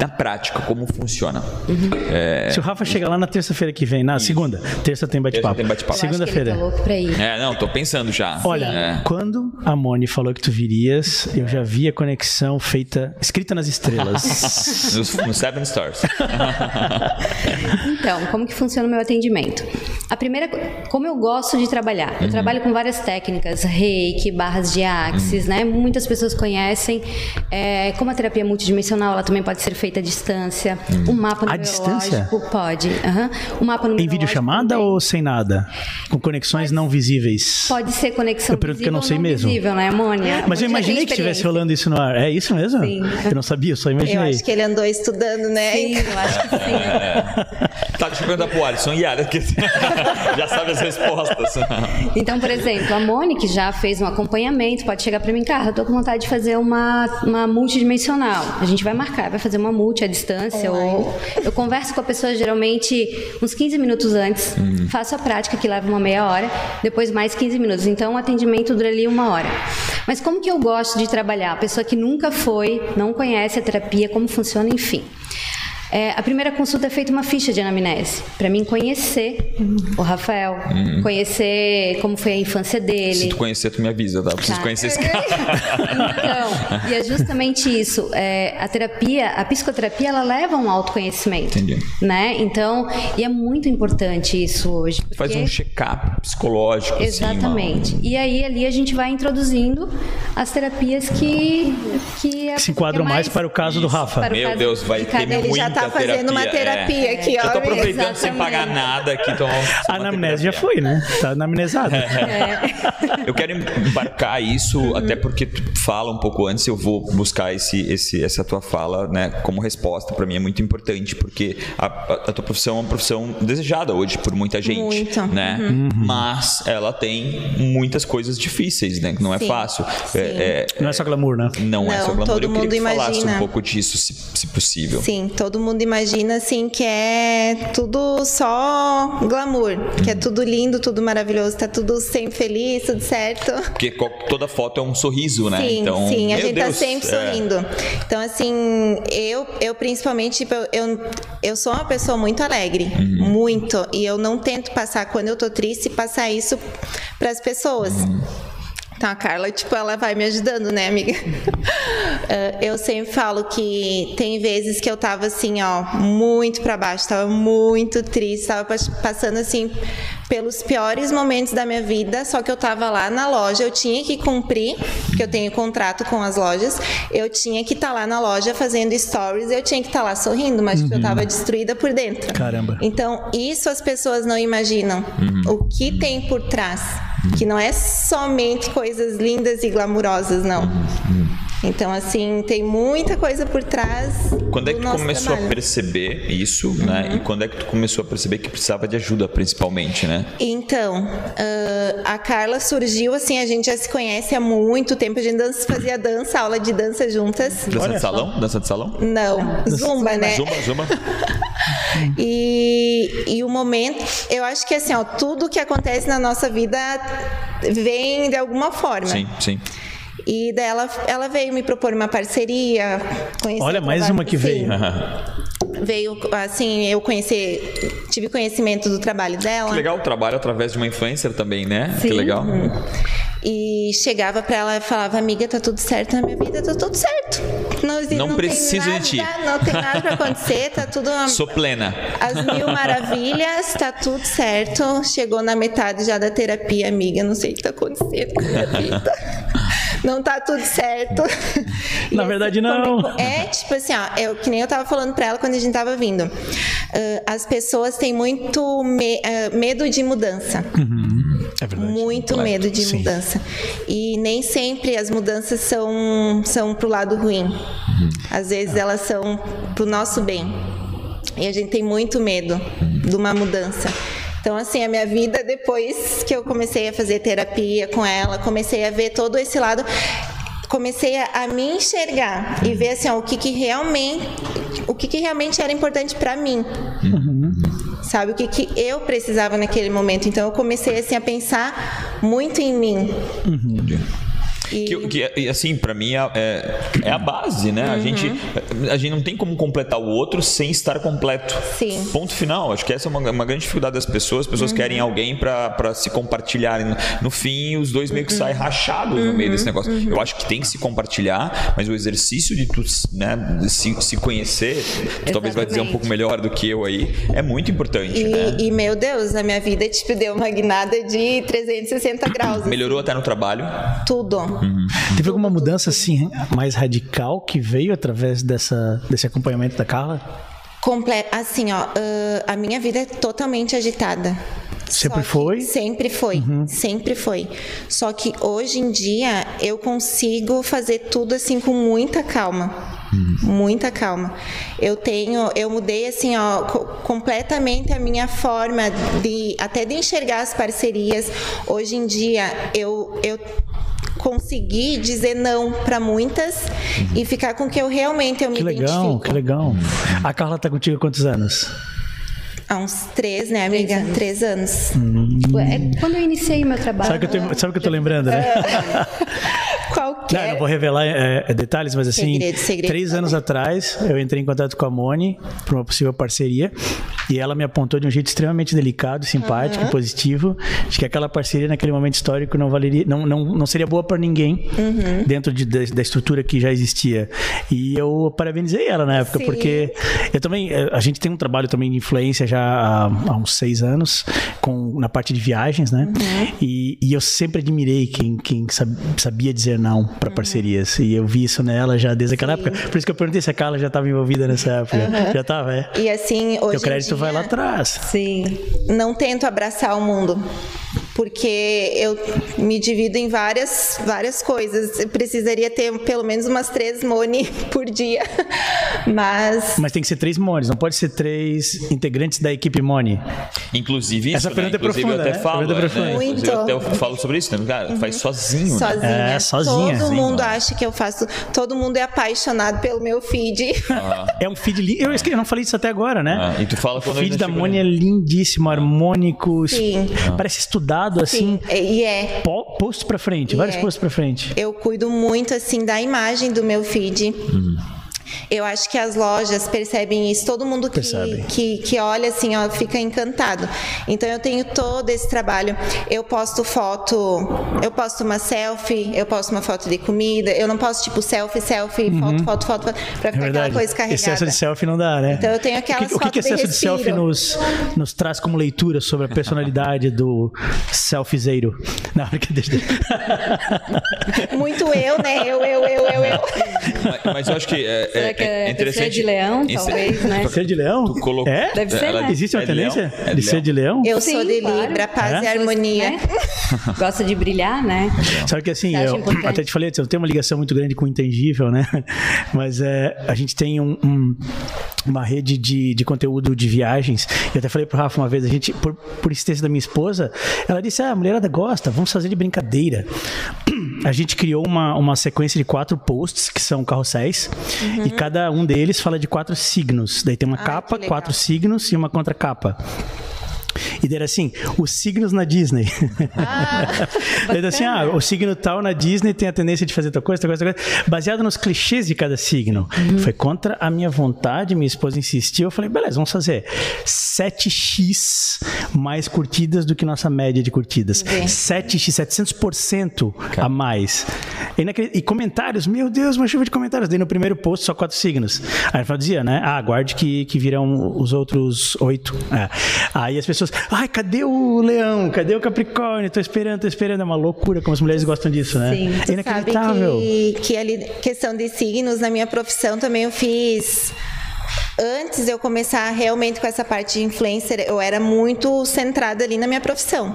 Speaker 3: Na prática, como funciona?
Speaker 5: Uhum.
Speaker 3: é.
Speaker 1: [laughs] Se o Rafa chegar lá na terça-feira que vem, na segunda, terça tem bate-papo.
Speaker 3: Terça tem bate-papo.
Speaker 5: Eu acho que ele tá
Speaker 1: Segunda-feira.
Speaker 5: louco pra ir.
Speaker 3: É, não, tô pensando já.
Speaker 1: Olha,
Speaker 3: É.
Speaker 1: quando a Moni falou que tu virias, eu já vi a conexão feita, escrita nas
Speaker 5: [laughs]
Speaker 1: estrelas.
Speaker 3: Nos, nos Seven
Speaker 4: [laughs]
Speaker 3: Stars.
Speaker 5: Então, como que funciona o meu atendimento? A primeira, co- como eu gosto de trabalhar,
Speaker 1: Uhum.
Speaker 5: eu trabalho com várias técnicas, reiki,
Speaker 1: Uhum.
Speaker 5: eh, barras de axis, né? Muitas pessoas conhecem. É, como a terapia multidimensional, ela também pode ser perfeita distância, o mapa
Speaker 1: Uhum. À
Speaker 5: numerológico.
Speaker 1: distância?
Speaker 5: Pode. aham. O mapa
Speaker 1: Em
Speaker 5: numerológico
Speaker 1: videochamada
Speaker 5: também.
Speaker 1: ou sem nada? Com conexões não visíveis?
Speaker 5: Pode ser conexão
Speaker 1: Eu pergunto que eu não
Speaker 5: visível
Speaker 1: sei
Speaker 5: ou
Speaker 1: mesmo.
Speaker 5: visível, né, Mônia?
Speaker 1: Mas eu
Speaker 5: Mônia já tem
Speaker 1: imaginei que estivesse
Speaker 5: experiência.
Speaker 1: rolando isso no ar. É isso mesmo?
Speaker 5: Sim.
Speaker 1: Eu não sabia, eu só
Speaker 4: Eu
Speaker 1: imaginei.
Speaker 4: acho que é ele andou estudando, né?
Speaker 5: Sim, eu acho que sim.
Speaker 3: Tá, deixa eu perguntar pro Alisson. Yara, que [laughs] já sabe as respostas.
Speaker 5: Então, por exemplo, a Mônica já fez um acompanhamento, pode chegar pra mim, cara, eu tô com vontade de fazer uma, uma multidimensional. A gente vai marcar, vai fazer uma multi à distância. Ou... Eu converso com a pessoa geralmente uns 15 minutos antes, faço a prática que leva uma meia hora, depois mais 15 minutos. Então, o atendimento dura ali uma hora. Mas como que eu gosto de trabalhar? A pessoa que nunca foi, não conhece a terapia, como funciona, enfim. É, a primeira consulta é feita uma ficha de anamnese, para mim conhecer o Rafael, conhecer como foi a infância
Speaker 3: Uhum. Se
Speaker 5: dele.
Speaker 3: tu conhecer, tu me avisa, tá? Eu Preciso
Speaker 5: Tá.
Speaker 3: conhecer esse cara.
Speaker 5: Então, e é justamente isso. é, a terapia, a psicoterapia, ela leva a um autoconhecimento.
Speaker 3: Entendi.
Speaker 5: Né? Então, e é muito importante isso hoje. Porque...
Speaker 3: Faz um check-up psicológico,
Speaker 5: Exatamente.
Speaker 3: assim.
Speaker 5: e aí ali a gente vai introduzindo as terapias que que, a
Speaker 1: Se enquadram
Speaker 5: que
Speaker 1: mais para o caso do Rafa.
Speaker 5: Para
Speaker 3: mano.
Speaker 5: o
Speaker 3: Meu
Speaker 5: caso
Speaker 3: Deus, vai
Speaker 5: de
Speaker 3: ter
Speaker 5: cada-
Speaker 3: muita
Speaker 4: Ele já tá fazendo uma terapia
Speaker 3: é.
Speaker 4: aqui, ó.
Speaker 3: Eu tô aproveitando
Speaker 5: Exatamente.
Speaker 3: sem pagar nada aqui. Então,
Speaker 1: A anamnese já foi, né? Tá [laughs] anamnesada.
Speaker 5: É,
Speaker 3: Eu quero embarcar isso,
Speaker 4: Uhum.
Speaker 3: até porque tu fala um pouco antes, eu vou buscar esse, esse- essa tua fala né, como resposta. Pra mim é muito importante, porque a, a- a tua profissão é uma profissão desejada hoje por muita gente.
Speaker 4: Muito. Uhum.
Speaker 3: Né? Mas ela tem muitas coisas difíceis, né? Que não é
Speaker 4: Sim,
Speaker 3: fácil. É-
Speaker 4: sim.
Speaker 3: é-
Speaker 1: Não é só glamour, né?
Speaker 3: não, é
Speaker 4: Não,
Speaker 3: só glamour.
Speaker 4: todo
Speaker 3: eu queria
Speaker 4: mundo
Speaker 3: que tu falasse um
Speaker 4: imagina.
Speaker 3: pouco disso, se, se possível.
Speaker 4: Sim, todo mundo imagina assim que é tudo só glamour, que é
Speaker 3: Uhum.
Speaker 4: tudo lindo, tudo maravilhoso, tá tudo sempre feliz, tudo certo.
Speaker 3: Porque qual- toda foto é um sorriso, né?
Speaker 4: Sim,
Speaker 3: então,
Speaker 4: sim, a
Speaker 3: meu
Speaker 4: gente tá
Speaker 3: Deus,
Speaker 4: sempre
Speaker 3: é.
Speaker 4: sorrindo. Então, assim, eu, eu principalmente, tipo, eu, eu, eu sou uma pessoa muito alegre,
Speaker 3: Uhum.
Speaker 4: muito. E eu não tento passar, quando eu tô triste, passar isso pras pessoas. Então, a Carla, tipo, ela vai me ajudando, né, amiga? Eh, eu sempre falo que tem vezes que eu tava assim, ó, muito pra baixo, tava muito triste, tava pas- passando assim pelos piores momentos da minha vida, só que eu tava lá na loja, eu tinha que cumprir, porque eu tenho contrato com as lojas, eu tinha que estar lá na loja fazendo stories, eu tinha que estar lá sorrindo, mas tipo, eu tava destruída por dentro.
Speaker 1: Caramba.
Speaker 4: Então, isso as pessoas não imaginam.
Speaker 3: Uhum.
Speaker 4: O que tem por trás. Que não é somente coisas lindas e glamurosas, não.
Speaker 3: Uhum.
Speaker 4: Então, assim, tem muita coisa por trás.
Speaker 3: Quando é
Speaker 4: do
Speaker 3: que tu
Speaker 4: nosso
Speaker 3: começou
Speaker 4: trabalho. Uhum.
Speaker 3: a perceber isso, né? E quando é que tu começou a perceber que precisava de ajuda, principalmente, né?
Speaker 4: Então, ah, a Carla surgiu, assim, a gente já se conhece há muito tempo, a gente dança, fazia dança, aula de dança juntas.
Speaker 3: Dança de salão? Dança de salão?
Speaker 4: Não, zumba, né?
Speaker 3: Zumba,
Speaker 4: [laughs]
Speaker 3: zumba.
Speaker 4: E, e o momento, eu acho que assim, ó, tudo que acontece na nossa vida vem de alguma forma.
Speaker 3: Sim, sim.
Speaker 4: E daí ela, ela veio me propor uma parceria. conhecer
Speaker 1: Olha,
Speaker 4: o
Speaker 1: mais
Speaker 4: trabalho-
Speaker 1: uma que veio.
Speaker 4: Sim,
Speaker 3: Aham.
Speaker 4: veio, assim, eu conhecer, tive conhecimento do trabalho dela.
Speaker 3: Que legal o trabalho através de uma influencer também, né? Que
Speaker 5: Sim.
Speaker 3: legal.
Speaker 4: Uhum. E chegava pra ela e falava, amiga, tá tudo certo na minha vida, tá tudo certo. Não, existe-
Speaker 3: Não
Speaker 4: tem
Speaker 3: preciso de
Speaker 4: nada-
Speaker 3: ti."
Speaker 4: Não tem nada pra acontecer, tá tudo uma-
Speaker 3: Sou plena.
Speaker 4: As
Speaker 3: [laughs]
Speaker 4: mil maravilhas, tá tudo certo. Chegou na metade já da terapia, amiga. Não sei o que tá acontecendo com a minha vida. Não tá tudo certo.
Speaker 1: Na
Speaker 4: assim,
Speaker 1: verdade, não.
Speaker 4: como É, é, tipo assim, ó, eu, que nem eu tava falando pra ela quando a gente tava vindo. Ah, as pessoas têm muito me- ah, medo de mudança.
Speaker 1: É verdade.
Speaker 4: Muito medo de
Speaker 1: Sim.
Speaker 4: mudança. E nem sempre as mudanças são, são pro lado ruim.
Speaker 1: Uhum.
Speaker 4: Às vezes elas são pro nosso bem. E a gente tem muito medo
Speaker 1: Uhum.
Speaker 4: de uma mudança. Então, assim, a minha vida, depois que eu comecei a fazer terapia com ela, comecei a ver todo esse lado. Comecei a, a me enxergar
Speaker 1: Uhum.
Speaker 4: e ver assim ó, o que, que realmente o que, que realmente era importante pra mim sabe o que que eu precisava naquele momento então eu comecei assim a pensar muito em mim E-
Speaker 3: Que, que, e, assim, pra mim é, é, é a base, né?
Speaker 4: Uhum.
Speaker 3: A, gente, a gente não tem como completar o outro sem estar completo.
Speaker 4: Sim. Uhum.
Speaker 3: Ponto final. Acho que essa é uma, uma grande dificuldade das pessoas. As pessoas querem alguém pra pra se compartilharem. No fim, os dois meio que
Speaker 4: Uhum.
Speaker 3: saem rachados no meio desse negócio. Eu acho que tem que se compartilhar, mas o exercício de tu né, de se, se conhecer, tu talvez vai dizer um
Speaker 5: Exatamente.
Speaker 3: pouco melhor do que eu aí, é muito importante, né?
Speaker 4: e, e, meu Deus na minha vida tipo deu uma guinada de 360 graus
Speaker 3: Melhorou até no trabalho.
Speaker 4: tudo
Speaker 1: Teve alguma mudança assim mais radical que veio através dessa, desse acompanhamento da Carla?
Speaker 4: Comple assim, ó, ãh, a minha vida é totalmente agitada.
Speaker 1: Sempre
Speaker 4: Só que-
Speaker 1: foi? Uhum.
Speaker 4: Sempre foi, sempre foi. Só que hoje em dia eu consigo fazer tudo assim com muita calma.
Speaker 1: Uhum.
Speaker 4: Muita calma. Eu tenho, eu mudei assim, ó, co- completamente a minha forma de até de enxergar as parcerias. Hoje em dia eu eu consegui dizer não para muitas e ficar com o que eu realmente eu me
Speaker 1: Que legal,
Speaker 4: identifico.
Speaker 1: que legal. A Carla tá contigo há quantos anos?
Speaker 4: Há uns três, né, amiga? Três anos.
Speaker 5: Tipo, é quando eu iniciei meu trabalho.
Speaker 1: Sabe o que eu tô, sabe o que eu tô lembrando,
Speaker 4: [laughs]
Speaker 1: né? Não, eu
Speaker 4: Qualquer.
Speaker 1: não vou revelar é, é, detalhes, mas assim,
Speaker 4: Segredo, segredo. tá
Speaker 1: três anos atrás eu entrei em contato com a Moni para uma possível parceria e ela me apontou de um jeito extremamente delicado, simpático, e positivo, de que aquela parceria naquele momento histórico não valeria, não, não, não seria boa para ninguém
Speaker 4: Uhum.
Speaker 1: dentro de- da, da estrutura que já existia. E eu parabenizei ela na época,
Speaker 4: Sim.
Speaker 1: porque eu também, eh, a gente tem um trabalho também de influência já há, há uns seis anos com, na parte de viagens, né?
Speaker 4: Uhum.
Speaker 1: E, e eu sempre admirei quem, quem sab- sabia dizer não para
Speaker 4: Uhum.
Speaker 1: parcerias. E eu vi isso nela já desde aquela época. Por isso que eu perguntei se a Carla já estava envolvida nessa época. Já estava, é.
Speaker 4: E assim, Uhum.
Speaker 1: Porque
Speaker 4: hoje.
Speaker 1: o
Speaker 4: em
Speaker 1: crédito
Speaker 4: dia,
Speaker 1: vai lá atrás.
Speaker 5: Sim.
Speaker 4: Não tento abraçar o mundo. Porque eu me divido em várias, várias coisas. Eu precisaria ter pelo menos umas três Moni [laughs] por dia. Mas.
Speaker 1: Mas tem que ser três mones, não pode ser três integrantes da equipe Moni.
Speaker 3: Inclusive, isso,
Speaker 1: Essa pergunta é
Speaker 3: né? Inclusive,
Speaker 1: profunda,
Speaker 3: eu até
Speaker 1: né?
Speaker 3: falo.
Speaker 1: Pergunta
Speaker 3: é,
Speaker 1: profunda.
Speaker 3: né? Inclusive, eu
Speaker 4: Muito.
Speaker 3: até falo sobre isso, né? Cara,
Speaker 5: Uhum.
Speaker 3: faz sozinho. né?
Speaker 4: Sozinha.
Speaker 1: É, sozinha.
Speaker 4: Todo mundo
Speaker 3: Sozinho.
Speaker 4: acha que eu faço. Todo mundo é apaixonado pelo meu feed. [laughs]
Speaker 1: É um feed lindo. Eu, esque- eu não falei disso até agora, né?
Speaker 3: Ah, e tu fala
Speaker 1: o
Speaker 3: quando
Speaker 1: feed
Speaker 3: ele
Speaker 1: da
Speaker 3: chegou
Speaker 1: Moni é
Speaker 3: ali.
Speaker 1: lindíssimo, harmônico. es-
Speaker 4: Sim.
Speaker 1: Parece estudado assim.
Speaker 4: Sim. E é.
Speaker 1: Po- Posto pra frente, vários
Speaker 4: é.
Speaker 1: postos pra frente.
Speaker 4: Eu cuido muito assim da imagem do meu feed.
Speaker 1: Uhum.
Speaker 4: Eu acho que as lojas percebem isso, todo mundo que,
Speaker 1: Percebe.
Speaker 4: que, que olha assim, ó, fica encantado. Então eu tenho todo esse trabalho. Eu posto foto, eu posto uma selfie, eu posto uma foto de comida, eu não posto tipo selfie, selfie, foto, foto, foto, foto para
Speaker 1: É
Speaker 4: ficar aquela
Speaker 1: verdade.
Speaker 4: coisa carregada.
Speaker 1: Excesso [laughs] de selfie não dá, né?
Speaker 4: Então eu tenho aquelas
Speaker 1: O que, o que, que
Speaker 4: fotos de
Speaker 1: excesso de,
Speaker 4: respiro.
Speaker 1: selfie nos, nos traz como leitura sobre a personalidade do selfiezeiro? Na [laughs] hora que é
Speaker 4: Muito eu, né? Eu, eu, eu, eu, eu.
Speaker 3: Mas, mas eu acho que é,
Speaker 5: Será
Speaker 3: é-
Speaker 5: que
Speaker 3: é
Speaker 5: é
Speaker 3: interessante.
Speaker 5: de ser de leão,
Speaker 3: Isso-
Speaker 5: talvez, né?
Speaker 1: ser de leão?
Speaker 3: Tu colocou-
Speaker 1: É?
Speaker 5: Deve ser,
Speaker 3: Ela-
Speaker 5: né?
Speaker 1: Existe uma
Speaker 3: é de leão?
Speaker 1: tendência
Speaker 3: É
Speaker 1: de ser de leão?
Speaker 4: Eu
Speaker 5: Sim,
Speaker 4: sou de
Speaker 5: claro.
Speaker 4: Libra,
Speaker 1: É?
Speaker 4: paz e harmonia. [laughs]
Speaker 5: Né? Gosta de brilhar, né?
Speaker 1: Sabe que assim,
Speaker 5: Você acha
Speaker 1: eu
Speaker 5: importante?
Speaker 1: até te falei, eu tenho uma ligação muito grande com o intangível, né? [laughs] Mas é, a gente tem um- um- uma rede de, de conteúdo de viagens. Eu até falei pro Rafa uma vez, a gente, por, por insistência da minha esposa, ela disse: Ah, a mulherada gosta, vamos fazer de brincadeira. [clears throat] A gente criou uma, uma sequência de quatro posts, que são carrosséis,
Speaker 5: Uhum.
Speaker 1: e cada um deles fala de quatro signos. Daí
Speaker 5: Ah,
Speaker 1: tem uma capa,
Speaker 4: legal.
Speaker 1: quatro signos e uma contracapa. E daí era assim, os signos na Disney. [laughs] daí era assim, ah, o signo tal na Disney tem a tendência de fazer tal coisa, tal coisa, tal coisa. Baseado nos clichês de cada signo. Foi contra a minha vontade, minha esposa insistiu, eu falei, beleza, vamos fazer 7x mais curtidas do que nossa média de curtidas. 7x, 700% a mais. E, naquele- e comentários, meu Deus, uma chuva de comentários. Daí no primeiro post, só quatro signos. Aí ela dizia, né? Ah, aguarde que, que virão os outros oito. É. Aí as pessoas, ai, cadê o leão? Cadê o capricórnio? Tô esperando, tô esperando. É uma loucura como as mulheres gostam disso, né?
Speaker 5: Sim,
Speaker 1: é
Speaker 4: Sabe
Speaker 1: inacreditável.
Speaker 4: que, que ali, questão de signos, na minha profissão também eu fiz. Antes de eu começar realmente com essa parte de influencer, eu era muito centrada ali na minha profissão.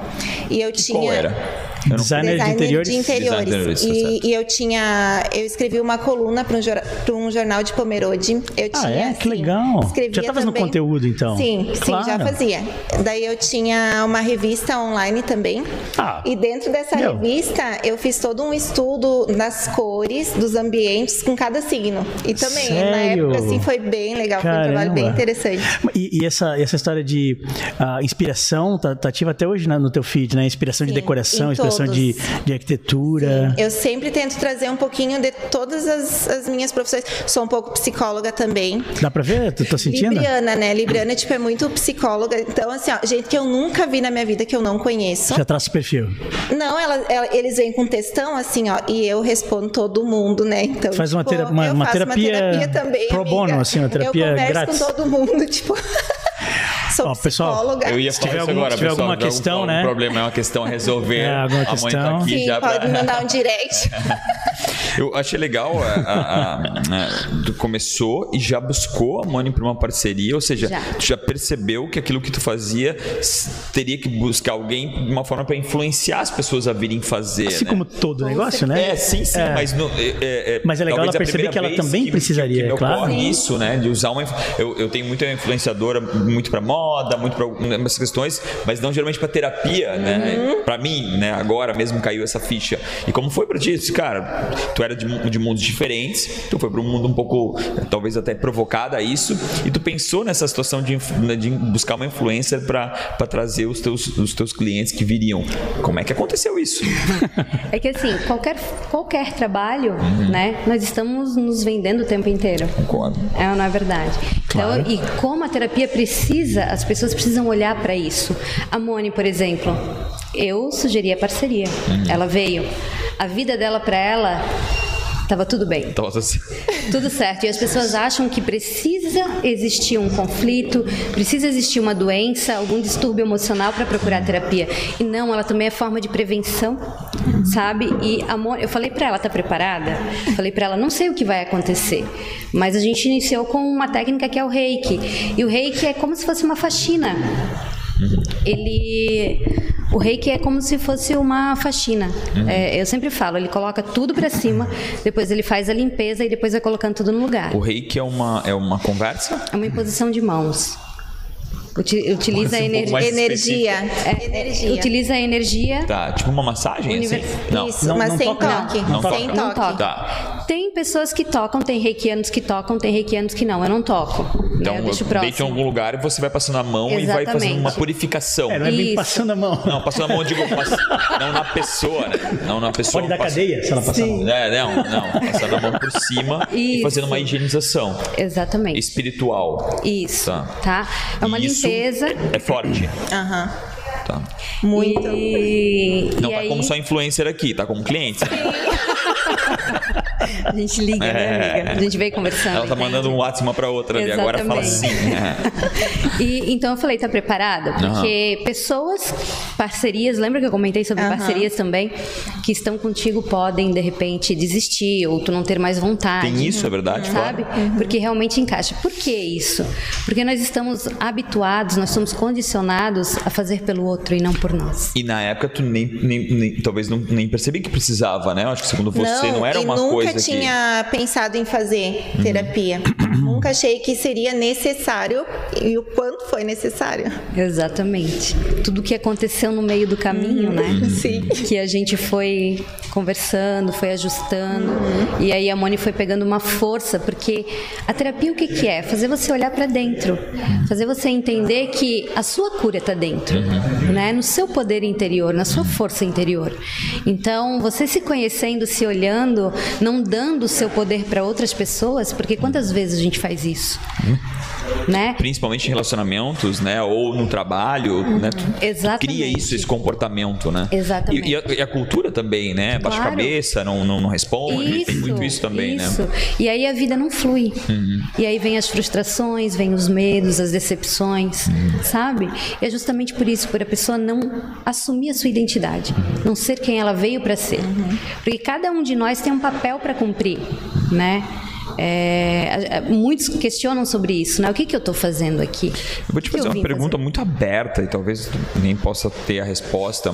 Speaker 4: E eu tinha.
Speaker 3: Qual era? Eu não-
Speaker 1: Designer, de interiores.
Speaker 4: interiores.
Speaker 3: Designer de interiores, tá
Speaker 4: E,
Speaker 3: certo.
Speaker 4: e eu tinha. Eu escrevi uma coluna para um, jor- pra um jornal de Pomerode. Eu
Speaker 1: Ah,
Speaker 4: tinha,
Speaker 1: é? Que
Speaker 4: assim,
Speaker 1: legal.
Speaker 4: escrevia
Speaker 1: Já tava no
Speaker 4: também.
Speaker 1: conteúdo, então?
Speaker 4: Sim,
Speaker 1: Claro.
Speaker 4: sim, já fazia. Daí eu tinha uma revista online também.
Speaker 1: Ah.
Speaker 4: E dentro dessa
Speaker 1: Meu.
Speaker 4: revista, eu fiz todo um estudo das cores, dos ambientes com cada signo. E também, na
Speaker 1: Sério?
Speaker 4: época, assim, foi bem legal. Foi um trabalho
Speaker 1: Caramba.
Speaker 4: bem interessante.
Speaker 1: E, e essa, essa história de ah, inspiração tá, tá ativa até hoje na- no teu feed, né? Inspiração de
Speaker 4: Sim,
Speaker 1: decoração,
Speaker 4: em
Speaker 1: inspiração
Speaker 4: todos.
Speaker 1: de, de arquitetura.
Speaker 4: Eu sempre tento trazer um pouquinho de todas as, as minhas profissões. Sou um pouco psicóloga também.
Speaker 1: Dá pra ver? Tu tá sentindo?
Speaker 4: Libriana, né? Libriana, tipo, é muito psicóloga. Então, assim, ó, gente que eu nunca vi na minha vida, que eu não conheço.
Speaker 1: Já traça o perfil.
Speaker 4: Não, ela- ela- eles vêm com textão, assim, ó, e eu respondo todo mundo, né? Então,
Speaker 1: Faz uma
Speaker 4: tipo,
Speaker 1: tera- uma-
Speaker 4: eu
Speaker 1: uma
Speaker 4: faço
Speaker 1: terapia
Speaker 4: uma terapia também,
Speaker 1: pro
Speaker 4: amiga.
Speaker 1: bono, assim, uma terapia
Speaker 4: [laughs] Eu converso
Speaker 1: grátis.
Speaker 4: com todo mundo, tipo... Sou
Speaker 1: Ó, pessoal,
Speaker 4: psicóloga.
Speaker 3: Eu ia
Speaker 1: Se
Speaker 3: falar
Speaker 1: tiver
Speaker 3: isso
Speaker 1: algum-
Speaker 3: agora,
Speaker 1: se tiver
Speaker 3: pessoal.
Speaker 1: alguma
Speaker 3: Se tiver
Speaker 1: questão,
Speaker 3: algum
Speaker 1: né?
Speaker 3: problema, é uma questão a resolver.
Speaker 1: É, alguma
Speaker 3: a mãe tá
Speaker 1: questão.
Speaker 3: aqui
Speaker 4: Sim,
Speaker 3: já pra-
Speaker 4: pode
Speaker 3: [laughs]
Speaker 4: mandar um direct.
Speaker 3: Eu achei legal, a, a- a- a- tu começou e já buscou a Money para uma parceria, ou seja,
Speaker 5: Já.
Speaker 3: tu já percebeu que aquilo que tu fazia s- teria que buscar alguém de uma forma para influenciar as pessoas a virem fazer.
Speaker 1: Assim
Speaker 3: né?
Speaker 1: como todo negócio, né?
Speaker 3: É, sim, sim, mas no, é, é,
Speaker 1: Mas é legal ela
Speaker 3: talvez a
Speaker 1: perceber
Speaker 3: primeira
Speaker 1: que ela
Speaker 3: vez
Speaker 1: também precisaria,
Speaker 3: que me
Speaker 1: é claro.
Speaker 3: ocorre
Speaker 1: Sim.
Speaker 3: isso, né? De usar uma. inf- Eu, eu tenho muita influenciadora, muito pra moda, muito pra algumas questões, mas não geralmente pra terapia, né? Pra mim, né? Agora mesmo caiu essa ficha. E como foi pra ti? Disse, Cara, tu era de, mu- de mundos diferentes, tu foi pra um mundo um pouco, eh, talvez até provocada a isso, e tu pensou nessa situação de, inf- né, de buscar uma influencer pra, pra trazer os teus, os teus clientes que viriam. Como é que aconteceu isso?
Speaker 5: É que assim, qualquer, qualquer trabalho, né? Nós estamos nos vendendo o tempo inteiro.
Speaker 3: Concordo.
Speaker 5: É, não é verdade.
Speaker 3: Claro.
Speaker 5: Então, e como a terapia precisa, as pessoas precisam olhar para isso. A Mone, por exemplo, eu sugeri a parceria. Ela veio. A vida dela para ela estava tudo bem.
Speaker 3: Então, assim,
Speaker 5: Tudo certo. E as pessoas acham que precisa existir um conflito, precisa existir uma doença, algum distúrbio emocional para procurar terapia. E não, ela também é forma de prevenção, sabe? E amor, eu falei para ela, tá preparada? Falei para ela, não sei o que vai acontecer, mas a gente iniciou com uma técnica que é o Reiki. E o Reiki é como se fosse uma faxina. Ele o reiki é como se fosse uma faxina.
Speaker 3: Uhum.
Speaker 5: É, eu sempre falo, ele coloca tudo pra cima, depois ele faz a limpeza e depois vai colocando tudo no lugar.
Speaker 3: O reiki é uma, é uma conversa?
Speaker 5: É uma imposição de mãos. Uti- Utiliza a
Speaker 3: Parece um pouco
Speaker 5: energia.
Speaker 3: mais
Speaker 4: Energia. é, energia.
Speaker 5: Utiliza a energia.
Speaker 3: Tá, tipo uma massagem
Speaker 5: Univer-
Speaker 3: assim? Não.
Speaker 4: Isso,
Speaker 1: Não,
Speaker 4: mas
Speaker 1: não
Speaker 4: sem
Speaker 1: toca, não.
Speaker 4: toque.
Speaker 3: Não
Speaker 4: sem
Speaker 3: toca.
Speaker 5: Não
Speaker 4: toque.
Speaker 5: toca.
Speaker 3: Tá.
Speaker 5: Tem pessoas que tocam, tem reikianos que tocam, tem reikianos que não. Eu não toco.
Speaker 3: Então,
Speaker 5: né? Eu
Speaker 3: deite em
Speaker 5: deixo próximo.
Speaker 3: algum lugar e você vai passando a mão e vai
Speaker 5: Exatamente.
Speaker 3: fazendo uma purificação.
Speaker 1: É, não é bem
Speaker 5: Isso.
Speaker 1: passando a mão.
Speaker 3: Não, passando a mão, eu digo, pass... não na pessoa, né? Não na pessoa.
Speaker 1: Pode dar
Speaker 3: pass-
Speaker 1: cadeia se ela passar a mão.
Speaker 3: É, não, não. Passando a mão por cima e
Speaker 5: Isso.
Speaker 3: fazendo uma higienização
Speaker 5: Exatamente.
Speaker 3: espiritual.
Speaker 5: Isso.
Speaker 3: Tá.
Speaker 5: Tá. É uma
Speaker 3: E isso
Speaker 5: limpeza.
Speaker 3: É forte.
Speaker 4: Aham.
Speaker 3: Tá.
Speaker 5: Muito. E,
Speaker 3: Não
Speaker 5: e
Speaker 3: tá
Speaker 5: aí,
Speaker 3: como só influencer aqui, tá como cliente. né?
Speaker 5: A gente liga, né, amiga? A gente veio conversando.
Speaker 3: É. Ela tá
Speaker 5: entende?
Speaker 3: mandando um WhatsApp uma pra outra ali. Agora fala assim.
Speaker 5: Exatamente. [laughs] E, então eu falei, tá preparada? Porque pessoas, parcerias, lembra que eu comentei sobre
Speaker 4: Aham.
Speaker 5: parcerias também? Que estão contigo podem, de repente, desistir ou tu não ter mais vontade.
Speaker 3: Tem isso, é verdade?
Speaker 5: Sabe? Porque realmente encaixa. Por que isso? Porque nós estamos habituados, nós somos condicionados a fazer pelo outro e não por nós.
Speaker 3: E na época tu nem, nem- nem- talvez não, nem percebi que precisava, né? Eu acho que segundo você não, era
Speaker 4: e
Speaker 3: uma
Speaker 4: nunca
Speaker 3: coisa Uhum.
Speaker 4: tinha pensado em fazer terapia. nunca achei que seria necessário e o quanto foi necessário.
Speaker 5: Exatamente. Tudo que aconteceu no meio do caminho,
Speaker 3: Uhum.
Speaker 5: né?
Speaker 4: Sim.
Speaker 5: que a gente foi conversando, foi ajustando. E aí a Moni foi pegando uma força, porque a terapia o que, que é? Fazer você olhar para dentro, fazer você entender que a sua cura está dentro, né? No seu poder interior, na sua força interior. Então, você se conhecendo, se olhando, não dando o seu poder para outras pessoas, porque quantas vezes a gente faz isso? Né?
Speaker 3: que principalmente em relacionamentos, né? Ou no trabalho, né? Tu
Speaker 5: Exatamente.
Speaker 3: cria isso, esse comportamento, né?
Speaker 5: Exatamente.
Speaker 3: E, e a, e a cultura também, né? Baixa a
Speaker 5: Claro.
Speaker 3: cabeça, não, não, não responde. Tem muito isso também, né? Uhum.
Speaker 5: isso. E aí a vida não flui. E aí vem as frustrações, vem os medos, as decepções,
Speaker 3: Uhum.
Speaker 5: sabe? E é justamente por isso, por a pessoa não assumir a sua identidade,
Speaker 3: Uhum.
Speaker 5: não ser quem ela veio para ser. Porque cada um de nós tem um papel para cumprir, né? É, a- a- muitos questionam sobre isso, né? O que, que eu estou fazendo aqui?
Speaker 3: Eu vou te
Speaker 5: O que
Speaker 3: fazer
Speaker 5: eu
Speaker 3: uma
Speaker 5: vim
Speaker 3: pergunta muito aberta e talvez tu nem possa ter a resposta,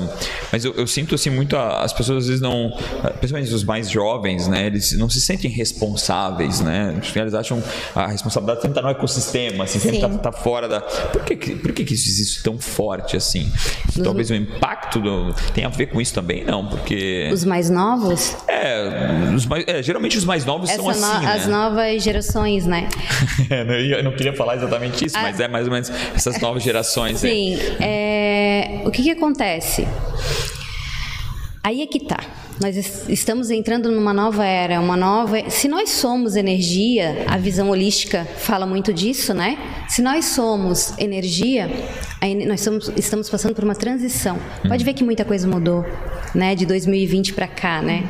Speaker 3: mas eu, eu sinto assim muito a- as pessoas às vezes não, principalmente os mais jovens, né? Eles não se sentem responsáveis, né? Eles acham a responsabilidade sempre tá no ecossistema, assim, sempre tá,
Speaker 4: Sim.
Speaker 3: tá fora da. Por que que- por que que isso existe tão forte assim?
Speaker 5: Uhum.
Speaker 3: Talvez o impacto do- tem a ver com isso também, não? Porque
Speaker 5: Os mais novos?
Speaker 3: é, os mais- é, geralmente os mais novos
Speaker 5: Essa
Speaker 3: são assim,
Speaker 5: no-
Speaker 3: né?
Speaker 5: As novas gerações, né?
Speaker 3: [laughs] eu ia- eu não queria falar exatamente isso, mas é mais ou menos essas novas gerações. aí.
Speaker 5: Ah. Sim, Assim, é, o que, que acontece? Aí é que tá. Nós es- estamos entrando numa nova era, uma nova. Se nós somos energia, a visão holística fala muito disso, né? Se nós somos energia, a en- nós somos- estamos passando por uma transição. Pode ver que muita coisa mudou, né? De 2020 para cá, né?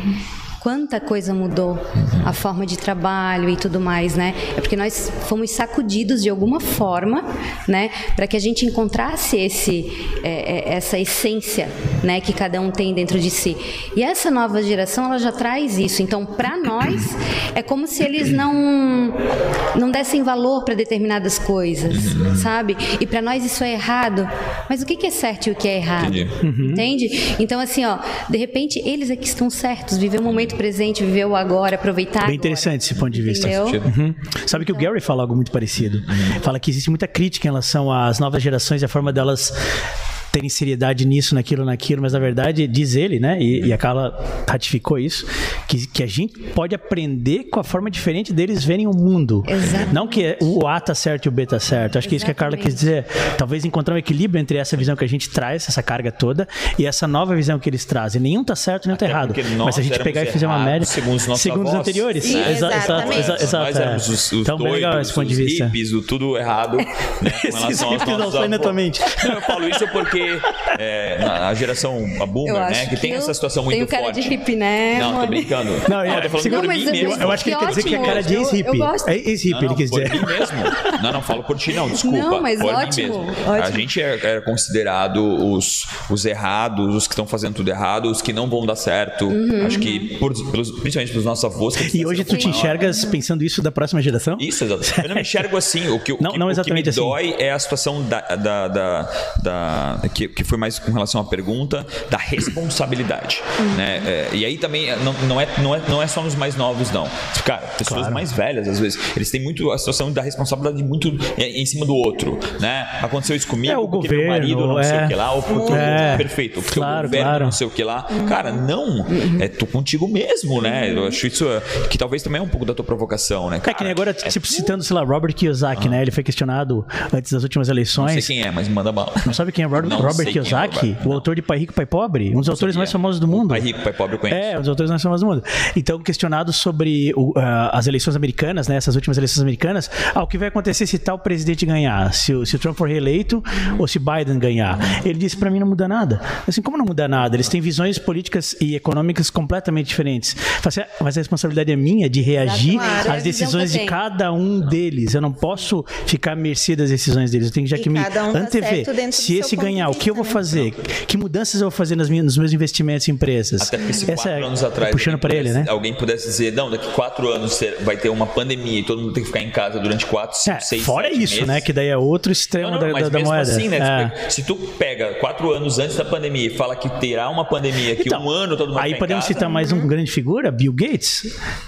Speaker 5: quanta coisa mudou, a forma de trabalho e tudo mais, né? É porque nós fomos sacudidos de alguma forma, né? Para que a gente encontrasse esse, é, é, essa essência, né? Que cada um tem dentro de si. E essa nova geração, ela já traz isso. Então, para nós, é como se eles não, não dessem valor para determinadas coisas, sabe? E para nós isso é errado. Mas o que que é certo e o que é errado?
Speaker 3: Entendi.
Speaker 1: Uhum.
Speaker 5: Entende? Então, assim, ó, de repente eles é que estão certos. Viver o momento presente, viver o agora, aproveitar.
Speaker 1: Bem interessante esse ponto de vista.
Speaker 5: Entendeu?
Speaker 1: Uhum. Sabe que o Gary fala algo muito parecido. Fala que existe muita crítica em relação às novas gerações e a forma delas terem seriedade nisso, naquilo, naquilo, mas na verdade diz ele, né? E, e a Carla ratificou isso, que, que a gente pode aprender com a forma diferente deles verem o mundo.
Speaker 5: Exatamente.
Speaker 1: Não que o A tá certo e o B tá certo. Acho que é isso que a Carla quis dizer. Talvez encontrar um equilíbrio entre essa visão que a gente traz, essa carga toda, e essa nova visão que eles trazem. Nenhum tá certo, nenhum tá
Speaker 3: Até
Speaker 1: errado.
Speaker 3: porque
Speaker 1: Mas se a
Speaker 3: nós
Speaker 1: gente
Speaker 3: éramos
Speaker 1: pegar e fizer uma
Speaker 3: errados
Speaker 1: média
Speaker 3: segundo os nossos
Speaker 1: segundo os
Speaker 3: avós,
Speaker 1: anteriores, exa-
Speaker 4: né?
Speaker 1: exa-
Speaker 4: Exatamente.
Speaker 1: exa-
Speaker 3: Nós
Speaker 1: exato, é.
Speaker 3: éramos os, os
Speaker 1: então, bem
Speaker 3: doidos,
Speaker 1: legal esse ponto de
Speaker 3: os
Speaker 1: vista.
Speaker 3: hippies, o tudo errado. Né, com relação
Speaker 1: [laughs] Esses
Speaker 3: aos
Speaker 1: hippies
Speaker 3: nossos
Speaker 1: não saem
Speaker 3: avós.
Speaker 1: da tua mente.
Speaker 3: Não, eu falo isso porque é, na- a geração, a boomer,
Speaker 5: Eu
Speaker 3: né,
Speaker 5: acho
Speaker 3: que, tem
Speaker 5: eu
Speaker 3: essa situação muito
Speaker 5: tenho cara
Speaker 3: forte.
Speaker 5: de hippie, né?
Speaker 3: não, tô
Speaker 5: Mone?
Speaker 3: brincando.
Speaker 1: Não,
Speaker 3: eu
Speaker 1: é,
Speaker 3: tô falando
Speaker 1: segundo-
Speaker 3: por
Speaker 5: Não,
Speaker 3: mim
Speaker 5: mas
Speaker 3: mesmo.
Speaker 5: eu-
Speaker 1: Eu acho que ele quer dizer que é a cara de
Speaker 5: Eu- eu
Speaker 1: ex-hippie.
Speaker 5: gosto.
Speaker 1: É ex-hippie, ele
Speaker 3: não,
Speaker 1: quis
Speaker 3: por
Speaker 1: dizer.
Speaker 3: mim mesmo. Não, não, falo por ti não, desculpa.
Speaker 5: Não, mas
Speaker 3: por
Speaker 5: ótimo,
Speaker 3: mim mesmo. A
Speaker 5: ótimo.
Speaker 3: gente era era considerado os, os errados, os que estão fazendo tudo errado, os que não vão dar certo.
Speaker 5: Uhum.
Speaker 3: Acho que, por- pelos- principalmente pelos nossos avós. que
Speaker 1: E
Speaker 3: fizeram
Speaker 1: hoje
Speaker 3: essa
Speaker 1: tu te
Speaker 3: formação.
Speaker 1: enxergas pensando isso da próxima geração?
Speaker 3: Isso, exatamente. [laughs] Eu não me enxergo assim. O que, o
Speaker 1: Não,
Speaker 3: que-
Speaker 1: não
Speaker 3: o que
Speaker 1: exatamente assim.
Speaker 3: me dói é a situação da, da, da- da- que, que foi mais com relação à pergunta da responsabilidade.
Speaker 1: Uhum.
Speaker 3: né? É, e aí também é, não, não, é, não, é, não é só nos mais novos, não. Cara, pessoas mais velhas, às vezes, eles têm muito a situação da responsabilidade muito é, em cima do outro. né? Aconteceu isso comigo,
Speaker 1: É, o
Speaker 3: porque
Speaker 1: governo,
Speaker 3: meu marido não sei
Speaker 1: é.
Speaker 3: o que lá, ou porque
Speaker 1: É.
Speaker 3: perfeito, porque
Speaker 1: Claro,
Speaker 3: o governo
Speaker 1: claro.
Speaker 3: não sei o que lá. Cara, não, é tu contigo mesmo, né? Eu acho isso é, que talvez também é um pouco da tua provocação, né?
Speaker 1: É que nem agora, tipo, citando, sei lá, Robert Kiyosaki,
Speaker 3: Ah.
Speaker 1: né? Ele foi questionado antes das últimas
Speaker 3: Não sei
Speaker 1: eleições.
Speaker 3: quem é, mas manda bala.
Speaker 1: Não sabe quem é Robert,
Speaker 3: Não
Speaker 1: Robert
Speaker 3: sei quem é
Speaker 1: Kiyosaki?
Speaker 3: Robert.
Speaker 1: o autor de Pai Rico, Pai Pobre? Um dos autores mais
Speaker 3: sabia.
Speaker 1: famosos do mundo.
Speaker 3: é. Pai rico, pai pobre, eu conheço.
Speaker 1: É, um dos autores mais famosos do mundo. Então, questionado sobre o, ah, as eleições americanas, né, essas últimas eleições americanas, ah, o que vai acontecer se tal presidente ganhar? Se, o- se o Trump for reeleito ou se Biden ganhar? Ele disse pra mim não muda nada. Assim, como não muda nada? Eles têm visões políticas e econômicas completamente diferentes. Fala assim, "Ah, Mas a responsabilidade é minha de reagir
Speaker 5: Claro, é a visão
Speaker 1: às decisões
Speaker 5: que
Speaker 1: de
Speaker 5: eu tenho.
Speaker 1: cada um deles. Eu não posso ficar à mercê das decisões deles. Eu tenho já
Speaker 4: E
Speaker 1: que me
Speaker 4: cada um tá
Speaker 1: antever.
Speaker 4: certo dentro do
Speaker 1: Se
Speaker 4: seu
Speaker 1: esse
Speaker 4: ponto de
Speaker 1: ganhar, o que eu vou
Speaker 4: vista, né?
Speaker 1: fazer? Que mudanças eu vou fazer nas minhas, nos meus investimentos em empresas?
Speaker 3: Até porque se
Speaker 1: Essa
Speaker 3: quatro
Speaker 1: é-
Speaker 3: anos atrás
Speaker 1: Puxando
Speaker 3: alguém
Speaker 1: pra ele,
Speaker 3: pudesse-
Speaker 1: né?
Speaker 3: alguém pudesse dizer, não, daqui quatro anos você vai ter uma pandemia e todo mundo tem que ficar em casa durante quatro, cinco,
Speaker 1: É,
Speaker 3: seis,
Speaker 1: fora
Speaker 3: sete
Speaker 1: isso,
Speaker 3: meses.
Speaker 1: né? Que daí é outro extremo
Speaker 3: Não, não,
Speaker 1: da,
Speaker 3: mas
Speaker 1: da- da
Speaker 3: mesmo
Speaker 1: moeda.
Speaker 3: assim, né?
Speaker 1: É.
Speaker 3: Se tu pega quatro anos antes da pandemia e fala que terá uma pandemia, que
Speaker 1: Então,
Speaker 3: um ano todo mundo Uhum.
Speaker 1: aí
Speaker 3: fica em
Speaker 1: podemos
Speaker 3: casa,
Speaker 1: citar mais um grande figura, Bill Gates.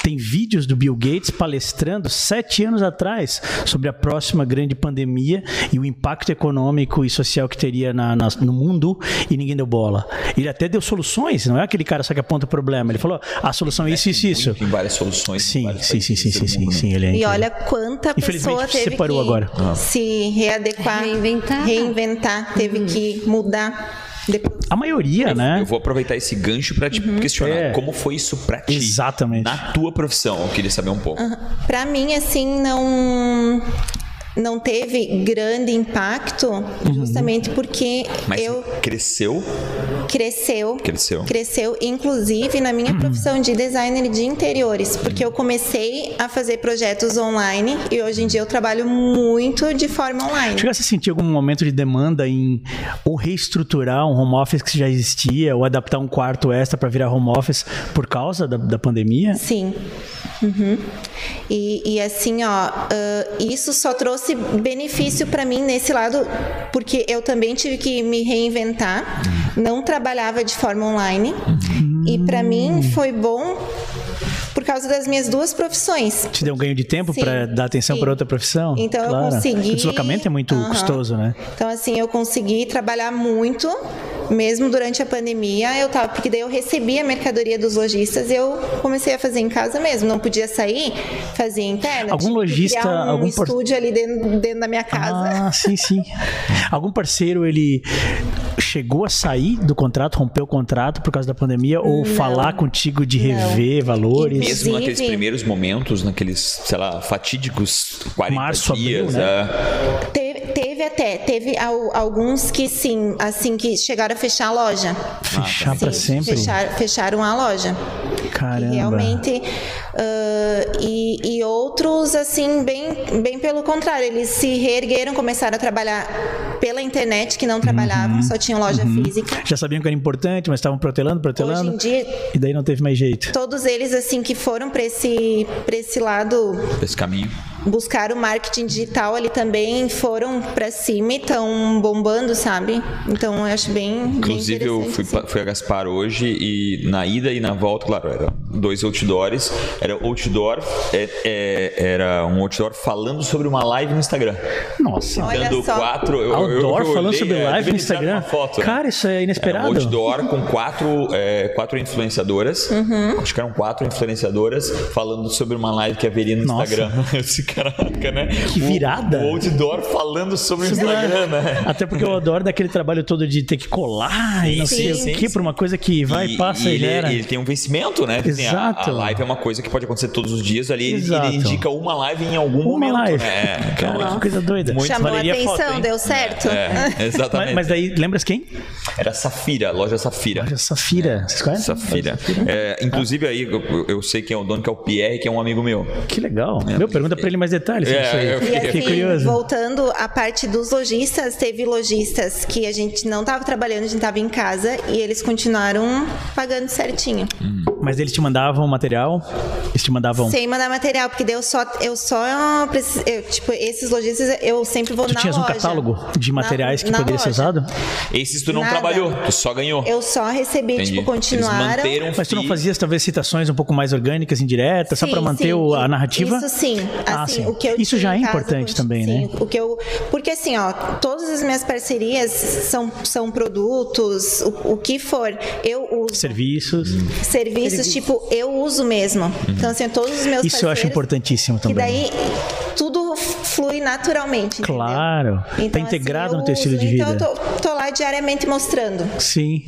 Speaker 1: Tem vídeos do Bill Gates palestrando sete anos atrás sobre a próxima grande pandemia e o impacto econômico e social que teria na- na- no mundo e ninguém deu bola. Ele até deu soluções, não é aquele cara só que aponta o problema. Ele falou, a solução é isso, isso, isso.
Speaker 3: Tem várias soluções. em
Speaker 1: Sim,
Speaker 3: vários
Speaker 1: sim, sim,
Speaker 3: países
Speaker 1: sim, sim,
Speaker 3: do
Speaker 1: sim,
Speaker 3: mundo, né?
Speaker 1: sim, ele é
Speaker 4: E
Speaker 1: incrível.
Speaker 4: olha quanta
Speaker 1: Infelizmente,
Speaker 4: pessoa
Speaker 1: se
Speaker 4: teve
Speaker 1: separou
Speaker 4: que
Speaker 1: agora.
Speaker 3: Ah.
Speaker 4: se readequar,
Speaker 5: Reinventar.
Speaker 4: reinventar, teve que mudar. Depois-
Speaker 1: A maioria, né?
Speaker 3: Eu vou aproveitar esse gancho pra te
Speaker 4: Uhum.
Speaker 3: questionar
Speaker 1: É.
Speaker 3: como foi isso pra ti.
Speaker 1: Exatamente.
Speaker 3: Na tua profissão, eu queria saber um pouco.
Speaker 4: Pra mim, assim, não não teve grande impacto, justamente porque
Speaker 3: Uhum. Mas
Speaker 4: eu
Speaker 3: cresceu,
Speaker 4: cresceu,
Speaker 3: cresceu.
Speaker 4: cresceu, inclusive na minha profissão de designer de interiores, porque eu comecei a fazer projetos online e hoje em dia eu trabalho muito de forma online.
Speaker 1: Chegasse a sentir algum momento de demanda em ou reestruturar um home office que já existia, ou adaptar um quarto extra para virar home office por causa da, da pandemia?
Speaker 4: Sim. Uhum. E, e assim, ó, ah, isso só trouxe benefício para mim nesse lado, porque eu também tive que me reinventar, não trabalhava de forma online, e para mim foi bom por causa das minhas duas profissões.
Speaker 1: Te deu um ganho de tempo
Speaker 4: Sim,
Speaker 1: para dar atenção
Speaker 4: sim.
Speaker 1: para outra profissão?
Speaker 4: Então eu consegui-
Speaker 1: O deslocamento é muito
Speaker 4: Aham.
Speaker 1: custoso, né?
Speaker 4: Então, assim, eu consegui trabalhar muito, mesmo durante a pandemia, eu tava, porque daí eu recebi a mercadoria dos lojistas e eu comecei a fazer em casa mesmo. Não podia sair, fazia interna.
Speaker 1: Algum
Speaker 4: tive que
Speaker 1: lojista,
Speaker 4: criar um
Speaker 1: algum por-
Speaker 4: estúdio ali dentro, dentro da minha casa.
Speaker 1: Ah, sim, sim. Algum parceiro ele chegou a sair do contrato, rompeu o contrato por causa da pandemia, ou falar contigo de rever valores?
Speaker 4: Inclusive-
Speaker 3: Mesmo naqueles primeiros momentos, naqueles, sei lá, fatídicos 40
Speaker 1: Março, abril,
Speaker 3: dias.
Speaker 1: né?
Speaker 3: é.
Speaker 4: Te- Teve, Teve até, teve al- alguns que sim, assim, que chegaram a fechar a loja.
Speaker 1: Fechar pra
Speaker 4: Sim,
Speaker 1: sempre.
Speaker 4: fechar- fecharam a loja. Que
Speaker 1: Caramba.
Speaker 4: realmente. ah, e, e outros, assim, bem, bem pelo contrário, eles se reergueram, começaram a trabalhar pela internet, que não trabalhavam,
Speaker 1: Uhum.
Speaker 4: só tinham loja física.
Speaker 1: Já sabiam que era importante, mas estavam protelando,
Speaker 4: Hoje
Speaker 1: protelando.
Speaker 4: em dia,
Speaker 1: E daí não teve mais jeito.
Speaker 4: todos eles, assim, que foram para esse, pra esse lado
Speaker 3: Esse é, caminho.
Speaker 4: buscar o marketing digital ali também foram pra cima e estão bombando, sabe? Então eu acho bem. bem
Speaker 3: Inclusive, eu
Speaker 4: interessante,
Speaker 3: fui,
Speaker 4: assim.
Speaker 3: pa- fui a Gaspar hoje e na ida e na volta, claro, eram dois outdoors. Era outdoor, é- é- era um outdoor falando sobre uma live no Instagram.
Speaker 1: Nossa.
Speaker 4: Olha
Speaker 3: Dando
Speaker 4: só.
Speaker 3: quatro. Eu, eu-
Speaker 1: Outdoor
Speaker 3: eu olhei,
Speaker 1: falando sobre
Speaker 3: é,
Speaker 1: live
Speaker 3: devia
Speaker 1: no
Speaker 3: ter tirado
Speaker 1: Instagram.
Speaker 3: uma Foto, né?
Speaker 1: Cara, isso é
Speaker 3: Era um
Speaker 1: inesperado.
Speaker 3: outdoor com quatro, é, quatro influenciadoras.
Speaker 4: Uhum.
Speaker 3: Acho que eram quatro influenciadoras falando sobre uma live que haveria no
Speaker 1: Nossa.
Speaker 3: Instagram. [laughs] Esse caraca, né?
Speaker 1: Que
Speaker 3: O-
Speaker 1: virada.
Speaker 3: O, outdoor falando sobre o Instagram, né?
Speaker 1: Até porque eu adoro daquele trabalho todo de ter que colar e não
Speaker 3: Sim,
Speaker 1: sei
Speaker 3: sim,
Speaker 1: o que,
Speaker 3: sim.
Speaker 1: pra uma coisa que vai, passa e,
Speaker 3: ele,
Speaker 1: gera.
Speaker 3: ele tem um vencimento, né? Assim, a-
Speaker 1: Exato.
Speaker 3: a, live é uma coisa que pode acontecer todos os dias ali. Ele,
Speaker 1: Exato.
Speaker 3: ele indica uma live em algum
Speaker 1: Uma
Speaker 3: momento.
Speaker 1: live.
Speaker 3: Né? É, então,
Speaker 1: Cara, que coisa doida.
Speaker 3: Muito
Speaker 4: Chamou a
Speaker 1: Valeria
Speaker 4: atenção,
Speaker 1: foto, hein?
Speaker 4: deu certo. Ah,
Speaker 3: é,
Speaker 1: [laughs] Mas,
Speaker 3: exatamente.
Speaker 1: mas daí, lembras quem?
Speaker 3: Era Safira, loja Safira.
Speaker 1: Olha, Safira. Vocês conhecem?
Speaker 3: Safira. É, inclusive aí, eu, eu sei quem é o dono, que é o Pierre, que é um amigo meu.
Speaker 1: Que legal. Meu, pergunta pra ele mais detalhes.
Speaker 3: É,
Speaker 1: sobre isso aí.
Speaker 3: eu
Speaker 4: E
Speaker 3: fiquei-
Speaker 1: Fiquei
Speaker 4: assim,
Speaker 1: curioso.
Speaker 4: voltando à parte dos lojistas, teve lojistas que a gente não tava trabalhando, a gente tava em casa e eles continuaram pagando certinho.
Speaker 1: Mas eles te mandavam material? Eles te mandavam.
Speaker 4: Sem mandar material, porque daí eu só. Eu só preci- eu, tipo, esses lojistas eu sempre vou
Speaker 1: Tu
Speaker 4: na
Speaker 1: tinhas um
Speaker 4: loja.
Speaker 1: catálogo de
Speaker 4: Na-
Speaker 1: materiais que
Speaker 4: na
Speaker 1: poderia ser
Speaker 4: loja.
Speaker 1: usado?
Speaker 3: Esses tu não
Speaker 4: Nada.
Speaker 3: trabalhou, tu só ganhou.
Speaker 4: Eu só recebi,
Speaker 3: Entendi.
Speaker 4: tipo, continuaram.
Speaker 3: Eles manteram
Speaker 1: Mas tu não
Speaker 3: fi-
Speaker 1: fazias talvez citações um pouco mais orgânicas, indiretas, só
Speaker 4: Sim,
Speaker 1: pra manter
Speaker 4: sim.
Speaker 1: o- a narrativa?
Speaker 4: Isso sim.
Speaker 1: Ah,
Speaker 4: Assim,
Speaker 1: sim.
Speaker 4: O que eu
Speaker 1: Isso
Speaker 4: tinha
Speaker 1: já é
Speaker 4: em casa,
Speaker 1: importante também,
Speaker 4: sim,
Speaker 1: né?
Speaker 4: O que eu, porque assim, ó, todas as minhas parcerias são, são produtos, o, o que for, eu uso.
Speaker 1: Serviços. Uhum.
Speaker 4: Serviços, tipo, eu uso mesmo. Então, assim, todos os meus
Speaker 1: Isso eu acho
Speaker 4: parceiros-
Speaker 1: importantíssimo
Speaker 4: E
Speaker 1: também. né?
Speaker 4: daí tudo flui naturalmente. entendeu?
Speaker 1: Claro.
Speaker 4: Então,
Speaker 1: tá integrado
Speaker 4: assim, eu
Speaker 1: no teu estilo
Speaker 4: uso,
Speaker 1: de vida.
Speaker 4: Então, eu tô, tô lá diariamente mostrando.
Speaker 1: Sim.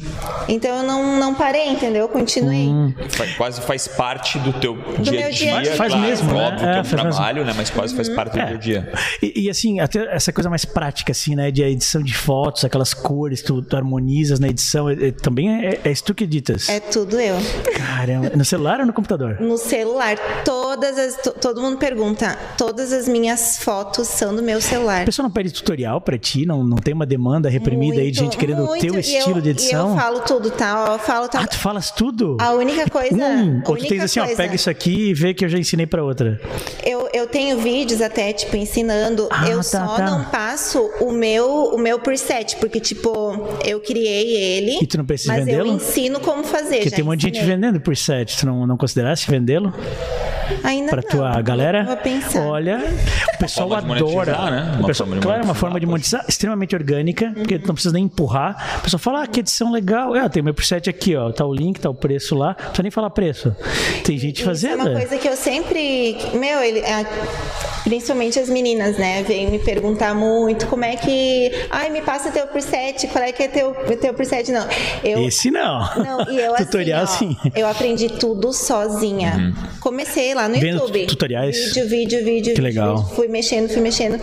Speaker 4: Então, eu não, não parei, entendeu? Eu continuei.
Speaker 1: Hum.
Speaker 3: Fa- Quase faz parte do teu dia a
Speaker 4: meu dia Uhum.
Speaker 3: dia.
Speaker 4: a dia.
Speaker 1: Faz
Speaker 3: claro,
Speaker 1: mesmo, né?
Speaker 3: óbvio
Speaker 1: É,
Speaker 3: que é um
Speaker 1: faz mesmo.
Speaker 3: trabalho, né? Mas quase faz parte do
Speaker 1: É.
Speaker 3: teu dia.
Speaker 1: E, e, assim, até essa coisa mais prática, assim, né? De edição de fotos, aquelas cores, tu, tu harmonizas na edição. é- é- também é, é isso tu que editas.
Speaker 4: É tudo eu.
Speaker 1: Caramba. No celular ou no computador?
Speaker 4: No celular, todas as. to- Todo mundo pergunta. Todas as minhas fotos são do meu
Speaker 1: A
Speaker 4: celular.
Speaker 1: pessoa não pede tutorial pra ti, não, não tem uma demanda reprimida aí de
Speaker 4: Muito,
Speaker 1: gente querendo o
Speaker 4: muito.
Speaker 1: teu
Speaker 4: E
Speaker 1: estilo
Speaker 4: eu-
Speaker 1: de
Speaker 4: E
Speaker 1: edição.
Speaker 4: eu falo tudo, tá? Eu falo tá.
Speaker 1: Ah, tu falas tudo?
Speaker 4: A única coisa.
Speaker 1: Hum,
Speaker 4: a
Speaker 1: ou tu
Speaker 4: única
Speaker 1: tens assim, ó,
Speaker 4: coisa-
Speaker 1: pega isso aqui e vê que eu já ensinei pra outra.
Speaker 4: Eu, eu tenho vídeos até, tipo, ensinando.
Speaker 1: Ah,
Speaker 4: eu
Speaker 1: tá,
Speaker 4: só
Speaker 1: tá.
Speaker 4: não passo o meu, o meu preset, porque, tipo, eu criei ele.
Speaker 1: E tu não precisa
Speaker 4: Mas eu
Speaker 1: vendê-lo?
Speaker 4: ensino como fazer.
Speaker 1: Porque
Speaker 4: já
Speaker 1: tem um monte de gente
Speaker 4: ensinei.
Speaker 1: vendendo por set. Tu não, não considerasse vendê-lo
Speaker 4: Ainda
Speaker 1: pra
Speaker 4: não,
Speaker 1: tua
Speaker 4: vou-
Speaker 1: galera?
Speaker 4: Vou pensar. [laughs]
Speaker 1: Olha, o pessoal
Speaker 3: forma de monetizar,
Speaker 1: adora.
Speaker 3: né?
Speaker 1: O
Speaker 3: Uma
Speaker 1: pessoal,
Speaker 3: forma de
Speaker 1: claro, é uma
Speaker 3: monetizar,
Speaker 1: forma de
Speaker 3: pode
Speaker 1: monetizar extremamente orgânica,
Speaker 4: Uhum.
Speaker 1: porque tu não precisa nem empurrar. O pessoal fala, ah, que edição legal. É, tem meu preset aqui, ó. Tá o link, tá o preço lá. Não precisa nem falar preço. Tem gente
Speaker 4: Isso é
Speaker 1: fazendo.
Speaker 4: uma coisa que eu sempre. Meu, ele, a- principalmente as meninas, né? Vêm me perguntar muito como é que. Ai, me passa teu preset, qual é que é teu, teu preset? Não. Eu,
Speaker 1: Esse não.
Speaker 4: não e eu, assim,
Speaker 1: [laughs] Tutorial
Speaker 4: ó,
Speaker 1: sim. Uhum.
Speaker 4: Eu aprendi tudo sozinha. Comecei lá no
Speaker 1: Vendo
Speaker 4: YouTube.
Speaker 1: tutoriais.
Speaker 4: Vídeo, vídeo, vídeo.
Speaker 1: Que
Speaker 4: vídeo,
Speaker 1: legal.
Speaker 4: vídeo. Fui mexendo, fui mexendo.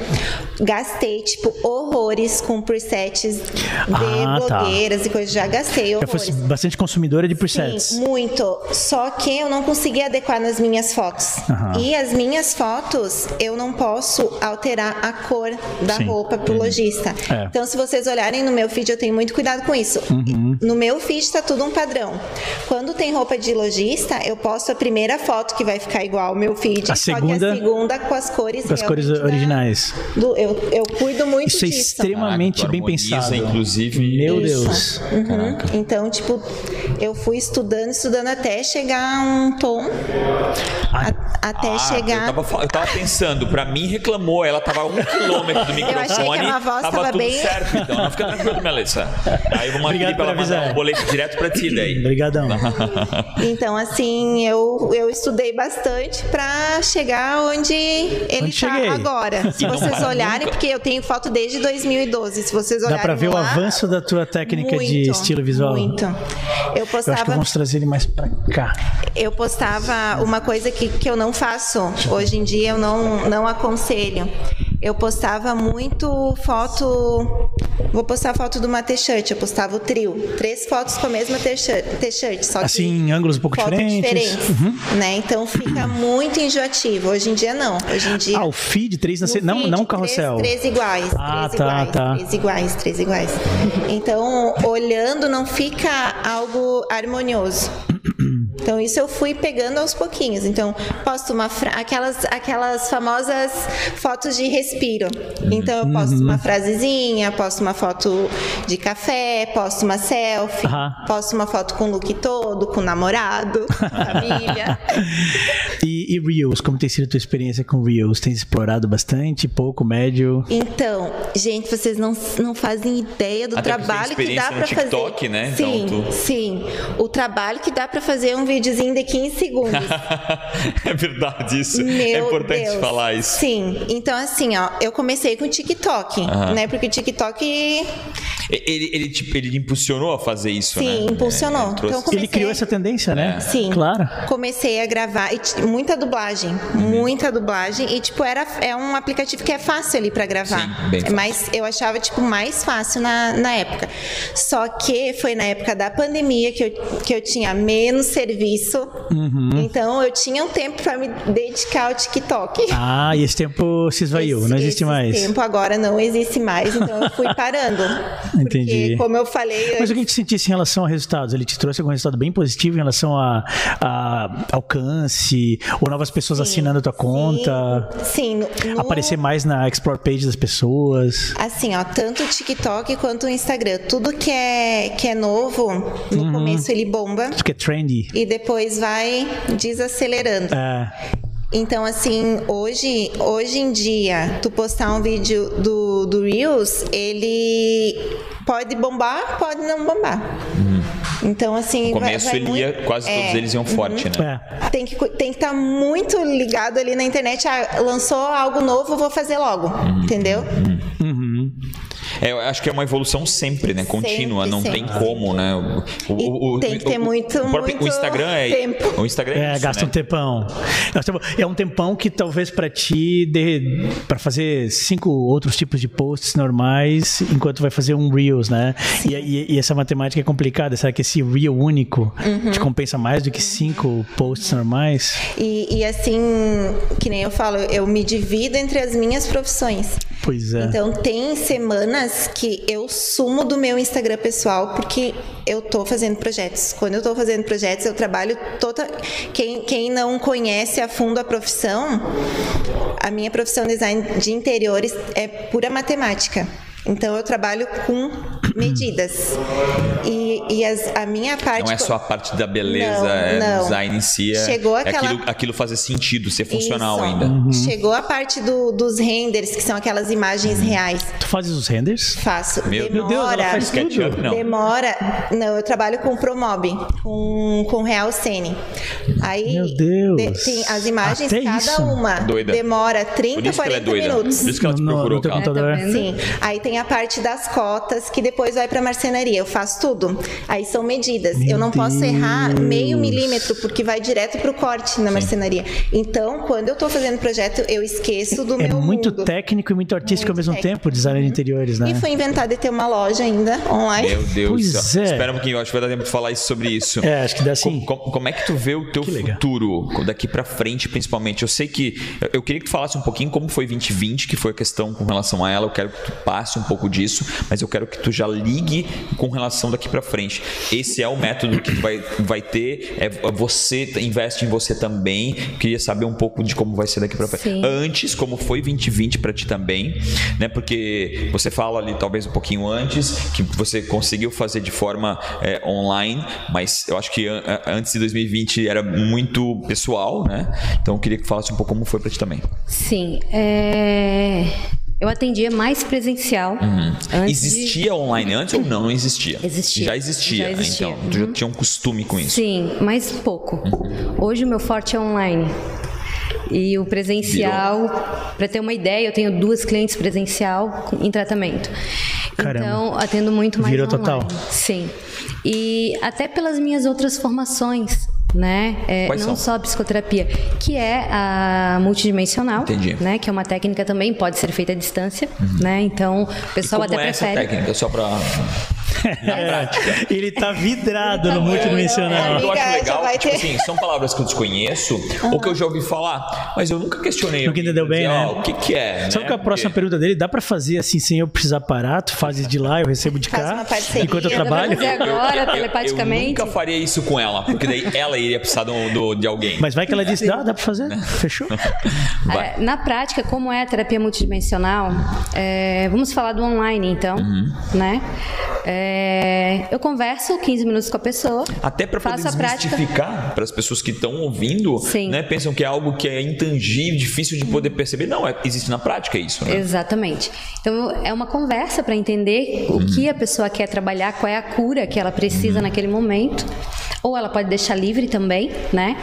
Speaker 4: Gastei, tipo, horrores com presets de
Speaker 1: Ah, tá.
Speaker 4: blogueiras e coisas. Já gastei
Speaker 1: Eu
Speaker 4: horrores.
Speaker 1: fosse bastante consumidora de presets.
Speaker 4: Sim, muito. Só que eu não consegui adequar nas minhas fotos.
Speaker 1: Aham.
Speaker 4: E as minhas fotos, eu não posso alterar a cor da
Speaker 1: Sim.
Speaker 4: roupa pro lojista.
Speaker 1: É.
Speaker 4: Então, se vocês olharem no meu feed, eu tenho muito cuidado com isso.
Speaker 1: Uhum.
Speaker 4: No meu feed tá tudo um padrão. Quando tem roupa de lojista, eu posto a primeira foto que vai ficar igual ao meu feed.
Speaker 1: A
Speaker 4: só que
Speaker 1: segunda-
Speaker 4: a segunda com as cores
Speaker 1: Com as cores
Speaker 4: realmente da-
Speaker 1: originais.
Speaker 4: do- eu, eu cuido muito
Speaker 1: Isso é
Speaker 4: disso.
Speaker 1: extremamente
Speaker 3: Caraca, tu
Speaker 1: bem
Speaker 3: harmoniza,
Speaker 1: pensado.
Speaker 3: inclusive.
Speaker 1: Meu
Speaker 4: Isso.
Speaker 1: Deus.
Speaker 4: Uhum. Então, tipo, eu fui estudando, estudando até chegar a um tom. a- até
Speaker 3: Ah, Eu
Speaker 4: chegar.
Speaker 3: tava, fal- eu tava pensando, pra mim reclamou, ela tava a um quilômetro
Speaker 4: [laughs]
Speaker 3: do microfone.
Speaker 4: achei que a minha voz
Speaker 3: tava,
Speaker 4: tava
Speaker 3: tudo
Speaker 4: bem-
Speaker 3: certo, então. Não fica tranquilo, Melissa. Aí eu
Speaker 1: Obrigado
Speaker 3: vou mandar pra ela
Speaker 1: por avisar.
Speaker 3: mandar um boleto direto pra ti daí. [laughs]
Speaker 1: Obrigadão.
Speaker 4: Então, assim, eu, eu estudei bastante pra chegar onde ele
Speaker 1: Onde
Speaker 4: tá
Speaker 1: cheguei. Então,
Speaker 4: agora. Se
Speaker 3: E não
Speaker 4: vocês
Speaker 3: para
Speaker 4: olharem,
Speaker 3: nunca.
Speaker 4: porque eu tenho foto desde 2012. Se vocês
Speaker 1: Dá
Speaker 4: olharem.
Speaker 1: pra ver o
Speaker 4: lá,
Speaker 1: avanço da tua técnica de
Speaker 4: muito,
Speaker 1: estilo visual.
Speaker 4: Muito. Eu
Speaker 1: Eu acho que
Speaker 4: postava
Speaker 1: vamos trazer ele mais pra cá.
Speaker 4: Eu postava uma coisa que, que eu não faço hoje em dia, eu não, não aconselho. eu postava muito foto. Vou postar foto de uma t-shirt, eu postava o trio. Três fotos com a mesma t-shirt, t-shirt, só que
Speaker 1: Assim, em ângulos um pouco
Speaker 4: foto
Speaker 1: diferentes. Uhum.
Speaker 4: diferente, né? Então fica muito enjoativo. Hoje em dia não. Hoje em dia
Speaker 1: Ah, o feed, três na
Speaker 4: no
Speaker 1: se... Não,
Speaker 4: vídeo,
Speaker 1: não o
Speaker 4: três-
Speaker 1: carrossel.
Speaker 4: Três, iguais.
Speaker 1: Ah,
Speaker 4: três
Speaker 1: tá,
Speaker 4: iguais,
Speaker 1: tá.
Speaker 4: Três iguais, três iguais. Então, olhando, não fica algo harmonioso. Então, isso eu fui pegando aos pouquinhos. Então, posto uma fra... aquelas, aquelas famosas fotos de respiro. Então,
Speaker 1: Uhum.
Speaker 4: eu posto uma frasezinha, posto uma foto de café, posto uma selfie,
Speaker 1: Aham.
Speaker 4: posto uma foto com o look todo, com o namorado, com
Speaker 1: [laughs]
Speaker 4: a família.
Speaker 1: E, e Reels, como tem sido a tua experiência com Reels? Tens explorado bastante, pouco, médio?
Speaker 4: Então, gente, vocês não, não fazem ideia do
Speaker 3: Até porque
Speaker 4: trabalho
Speaker 3: tem
Speaker 4: que dá
Speaker 3: experiência
Speaker 4: pra
Speaker 3: no
Speaker 4: fazer.
Speaker 3: TikTok, né? Então,
Speaker 4: Sim,
Speaker 3: tu-
Speaker 4: sim. O trabalho que dá pra fazer um videozinho de 15 segundos.
Speaker 3: é verdade isso. [laughs]
Speaker 4: Meu
Speaker 3: é importante
Speaker 4: Deus.
Speaker 3: falar isso.
Speaker 4: Sim. Então, assim, ó, eu comecei com o TikTok,
Speaker 3: Aham.
Speaker 4: né? Porque o TikTok,
Speaker 3: Ele, ele, te- ele te impulsionou a fazer isso, né?
Speaker 4: sim, impulsionou.
Speaker 3: É, trouxe-
Speaker 4: então, eu comecei...
Speaker 1: Ele criou essa tendência, né?
Speaker 4: Sim.
Speaker 1: Claro.
Speaker 4: Comecei a gravar e t- muita dublagem,
Speaker 3: Uhum.
Speaker 4: muita dublagem e tipo era é um aplicativo que é fácil ali pra gravar.
Speaker 3: Sim, bem
Speaker 4: É mais eu achava tipo mais fácil na, na época. Só que foi na época da pandemia que eu, que eu tinha menos serviço.
Speaker 1: Uhum.
Speaker 4: Então eu tinha um tempo pra me dedicar ao TikTok.
Speaker 1: Ah, e esse tempo se esvaiu, não
Speaker 4: Esse-
Speaker 1: existe
Speaker 4: esse
Speaker 1: mais.
Speaker 4: tempo agora não existe mais, então eu fui parando.
Speaker 1: [laughs] Entendi.
Speaker 4: Porque, como eu falei,
Speaker 1: Mas
Speaker 4: antes,
Speaker 1: o que a gente sentisse em relação a resultados? Ele te trouxe algum resultado bem positivo em relação a, a alcance, ou novas pessoas assinando a tá tua conta,
Speaker 4: sim, no- no-
Speaker 1: aparecer mais na Explore Page das pessoas.
Speaker 4: Assim, ó, tanto o TikTok quanto o Instagram. Tudo que é, que é novo, no
Speaker 3: Uhum.
Speaker 4: começo ele bomba
Speaker 1: Isso que é trendy.
Speaker 4: e depois vai desacelerando.
Speaker 1: É,
Speaker 4: Então, assim, hoje, hoje em dia, tu postar um vídeo do, do Reels, ele pode bombar, pode não bombar. Então, assim.
Speaker 3: Uhum. No
Speaker 4: vai-
Speaker 3: começo
Speaker 4: vai
Speaker 3: ele
Speaker 4: muito-
Speaker 3: ia, quase todos
Speaker 4: é.
Speaker 3: eles iam forte, né?
Speaker 1: é.
Speaker 4: Tem que estar tem que tá muito ligado ali na internet. Ah, lançou algo novo, vou fazer logo.
Speaker 3: Uhum.
Speaker 4: Entendeu?
Speaker 3: É, eu acho que é uma evolução sempre, né? Contínua,
Speaker 4: Sempre,
Speaker 3: não
Speaker 4: sempre.
Speaker 3: tem como, né? O,
Speaker 4: E tem que ter muito-
Speaker 3: o, próprio-
Speaker 4: muito
Speaker 3: o Instagram é
Speaker 4: tempo.
Speaker 3: o Instagram é,
Speaker 1: É,
Speaker 3: isso,
Speaker 1: gasta
Speaker 3: né?
Speaker 1: um tempão. Gasta um- É um tempão que talvez pra ti dê pra fazer cinco outros tipos de posts normais, enquanto vai fazer um Reels, né? E, e- e essa matemática é complicada. Será que esse Reel único te compensa mais do que cinco posts normais?
Speaker 4: E, e assim, que nem eu falo, eu me divido entre as minhas profissões.
Speaker 1: Pois é.
Speaker 4: Então tem semanas que eu sumo do meu Instagram pessoal porque eu tô fazendo projetos. Quando eu tô fazendo projetos, eu trabalho toda. Quem, quem não conhece a fundo a profissão, a minha profissão design de interiores é pura matemática. Então eu trabalho com medidas. E, e as- a minha parte.
Speaker 3: Não é só a parte da beleza,
Speaker 4: tipo, Não,
Speaker 3: é
Speaker 4: não.
Speaker 3: design em si. É,
Speaker 4: Chegou
Speaker 3: é
Speaker 4: aquela-
Speaker 3: aquilo, aquilo fazer sentido, ser funcional
Speaker 4: Isso.
Speaker 3: ainda.
Speaker 1: Uhum.
Speaker 4: Chegou a parte do- dos renders, que são aquelas imagens reais.
Speaker 1: Tu fazes os renders?
Speaker 4: Faço.
Speaker 3: Uhum. Meu
Speaker 4: demora.
Speaker 1: Deus, ela faz tudo.
Speaker 3: SketchUp, não.
Speaker 4: Demora. Não, eu trabalho com Promob, com, com Real Sene. Aí
Speaker 1: Meu Deus.
Speaker 4: tem as imagens,
Speaker 1: Até
Speaker 4: cada
Speaker 1: isso?
Speaker 4: uma
Speaker 3: Doida.
Speaker 4: demora 30,
Speaker 3: Por isso que ela é
Speaker 4: 40
Speaker 3: doida.
Speaker 4: minutos.
Speaker 3: Por isso que ela te
Speaker 1: No- no
Speaker 3: procurou,
Speaker 1: teu
Speaker 3: cara.
Speaker 1: computador.
Speaker 5: É, tá vendo?
Speaker 4: Sim. Aí tem a parte das cotas, que depois vai pra marcenaria. Eu faço tudo. Aí são medidas.
Speaker 1: Meu
Speaker 4: eu não posso
Speaker 1: Deus.
Speaker 4: errar meio milímetro, porque vai direto pro corte na marcenaria. Então, quando eu tô fazendo projeto, eu esqueço do
Speaker 1: É
Speaker 4: meu
Speaker 1: muito
Speaker 4: mundo.
Speaker 1: técnico e muito artístico ao
Speaker 4: Muito
Speaker 1: mesmo
Speaker 4: técnico. Uhum.
Speaker 1: tempo, design de interiores, né?
Speaker 4: E foi inventado de ter uma loja ainda online.
Speaker 3: Meu Deus
Speaker 1: Pois
Speaker 3: do céu.
Speaker 1: é.
Speaker 3: Espera um pouquinho, eu acho que vai dar tempo de falar isso sobre isso.
Speaker 1: É, acho que dá sim.
Speaker 3: Como, como- como é que tu vê o teu
Speaker 1: Que legal.
Speaker 3: futuro daqui pra frente, principalmente? Eu sei que. Eu, eu queria que tu falasse um pouquinho como foi 2020, que foi a questão com relação a ela. Eu quero que tu passe um pouco disso, mas eu quero que tu já ligue com relação daqui pra frente. Esse é o método que tu vai, vai ter. É, você investe em você também. Queria saber um pouco de como vai ser daqui pra frente.
Speaker 5: Sim.
Speaker 3: Antes, como foi 2020 pra ti também, né? Porque você fala ali talvez um pouquinho antes que você conseguiu fazer de forma é, online, mas eu acho que an- a- antes de 2020 era muito pessoal, né? Então eu queria que falasse um pouco como foi pra ti também.
Speaker 5: Sim. é, Eu atendia mais presencial. antes de-
Speaker 3: existia online antes ou não? Não existia.
Speaker 5: Existia.
Speaker 3: Já existia.
Speaker 5: Já
Speaker 3: né?
Speaker 5: existia. Uhum.
Speaker 3: Então tu já tinha um costume com isso. Uhum.
Speaker 5: Sim, mas pouco. Hoje o meu forte é online. E o presencial, para ter uma ideia, eu tenho duas clientes presencial com- em tratamento.
Speaker 1: Caramba.
Speaker 5: Então, atendo muito mais
Speaker 1: Virou
Speaker 5: online.
Speaker 1: total.
Speaker 5: Sim. E até pelas minhas outras formações, né? É,
Speaker 3: Quais
Speaker 5: não
Speaker 3: são?
Speaker 5: só a psicoterapia, que é a multidimensional,
Speaker 3: Entendi. Uhum.
Speaker 5: né? Que é uma técnica também, pode ser feita à distância, né? Então, o
Speaker 3: E
Speaker 5: pessoal
Speaker 3: como
Speaker 5: até
Speaker 3: é essa
Speaker 5: prefere.
Speaker 3: técnica? Só pra. Na prática.
Speaker 1: É. [laughs] Ele tá vidrado no multidimensional.
Speaker 4: Amiga,
Speaker 3: Ah, Eu acho
Speaker 4: já
Speaker 3: legal,
Speaker 4: vai
Speaker 3: tipo
Speaker 4: ter.
Speaker 3: assim, são palavras que eu desconheço ou que eu já ouvi falar, mas eu nunca questionei.
Speaker 1: Nunca entendeu bem,
Speaker 3: Dizer,
Speaker 1: né?
Speaker 3: ó, O que que é?
Speaker 1: Sabe
Speaker 3: né?
Speaker 1: que a próxima
Speaker 3: Porque-
Speaker 1: pergunta dele dá pra fazer assim sem eu precisar parar? Tu fazes de lá, eu recebo de
Speaker 4: Faz
Speaker 1: cá.
Speaker 4: uma parceria.
Speaker 1: Enquanto eu
Speaker 4: Dá pra
Speaker 1: trabalho.
Speaker 5: fazer agora, telepaticamente.
Speaker 3: Eu nunca faria isso com ela, porque daí ela iria precisar do, do- de alguém.
Speaker 1: Mas vai que ela disse, dá, dá pra fazer?
Speaker 3: Né?
Speaker 1: Fechou?
Speaker 3: Vai.
Speaker 5: É, na prática, como é a terapia multidimensional, é, vamos falar do online então,
Speaker 3: Uhum.
Speaker 5: né? É, eu converso 15 minutos com a pessoa.
Speaker 3: Até para poder
Speaker 5: faço a prática.
Speaker 3: desmistificar para as pessoas que estão ouvindo,
Speaker 5: Sim.
Speaker 3: né, pensam que é algo que é intangível, difícil de poder perceber. Não, é- existe na prática isso, né?
Speaker 5: Exatamente. Então é uma conversa para entender o
Speaker 3: Uhum.
Speaker 5: que a pessoa quer trabalhar, qual é a cura que ela precisa naquele momento. Ou ela pode deixar livre também, né?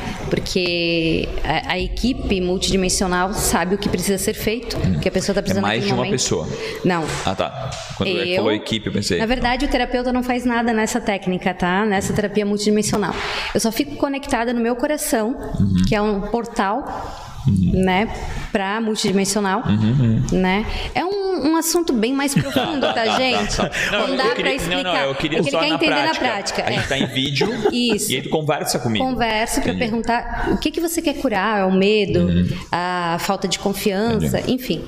Speaker 5: Porque a, a equipe multidimensional sabe o que precisa ser feito, o que a pessoa está precisando
Speaker 3: Uhum. É mais
Speaker 5: naquele
Speaker 3: de uma
Speaker 5: momento.
Speaker 3: pessoa.
Speaker 5: Não.
Speaker 3: Ah, tá. Quando eu...
Speaker 5: Eu-
Speaker 3: falou equipe, eu pensei.
Speaker 5: Na verdade, o terapeuta não faz nada nessa técnica, tá? Nessa terapia multidimensional. Eu só fico conectada no meu coração,
Speaker 3: Uhum.
Speaker 5: que é um portal, né, pra multidimensional,
Speaker 3: Uhum.
Speaker 5: né? É um, um assunto bem mais profundo, tá,
Speaker 3: [laughs]
Speaker 5: gente? Não,
Speaker 3: eu
Speaker 5: dá pra
Speaker 3: queria-
Speaker 5: explicar.
Speaker 3: Não, não, eu queria
Speaker 5: é que ele
Speaker 3: só
Speaker 5: quer
Speaker 3: na
Speaker 5: entender
Speaker 3: prática.
Speaker 5: na prática.
Speaker 3: A
Speaker 5: é.
Speaker 3: gente tá em vídeo
Speaker 5: [laughs] Isso.
Speaker 3: e ele conversa comigo.
Speaker 5: Converso para
Speaker 3: Entendi. Uhum.
Speaker 5: perguntar o que, que você quer curar, é o medo, a falta de confiança, enfim.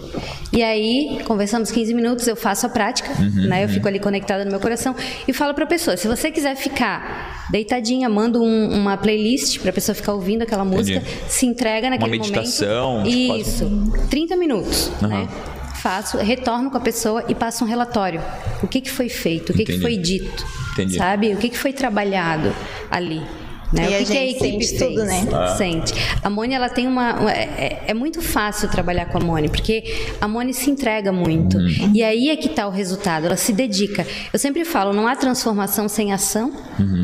Speaker 5: E aí, conversamos 15 minutos, eu faço a prática,
Speaker 3: Uhum,
Speaker 5: né? Eu fico ali conectada no meu coração e falo para a pessoa, se você quiser ficar deitadinha, mando um- uma playlist para a pessoa ficar ouvindo aquela música, se entrega naquele
Speaker 3: meditação, tipo,
Speaker 5: momento.
Speaker 3: quase
Speaker 5: Isso, 30 minutos, né? Faço, retorno com a pessoa e passo um relatório. O que, que foi feito, o que, que
Speaker 3: Entendi.
Speaker 5: foi dito,
Speaker 3: Entendi.
Speaker 5: sabe? O que, que foi trabalhado ali, né?
Speaker 4: E
Speaker 5: o
Speaker 4: a
Speaker 5: que, que a
Speaker 4: gente
Speaker 5: equipe
Speaker 4: sente
Speaker 5: fez?
Speaker 4: tudo, né?
Speaker 5: Sente. A Mone, ela tem uma. uma- é, é muito fácil trabalhar com a Mone, porque a Mone se entrega muito. E aí é que está o resultado, ela se dedica. Eu sempre falo, não há transformação sem ação,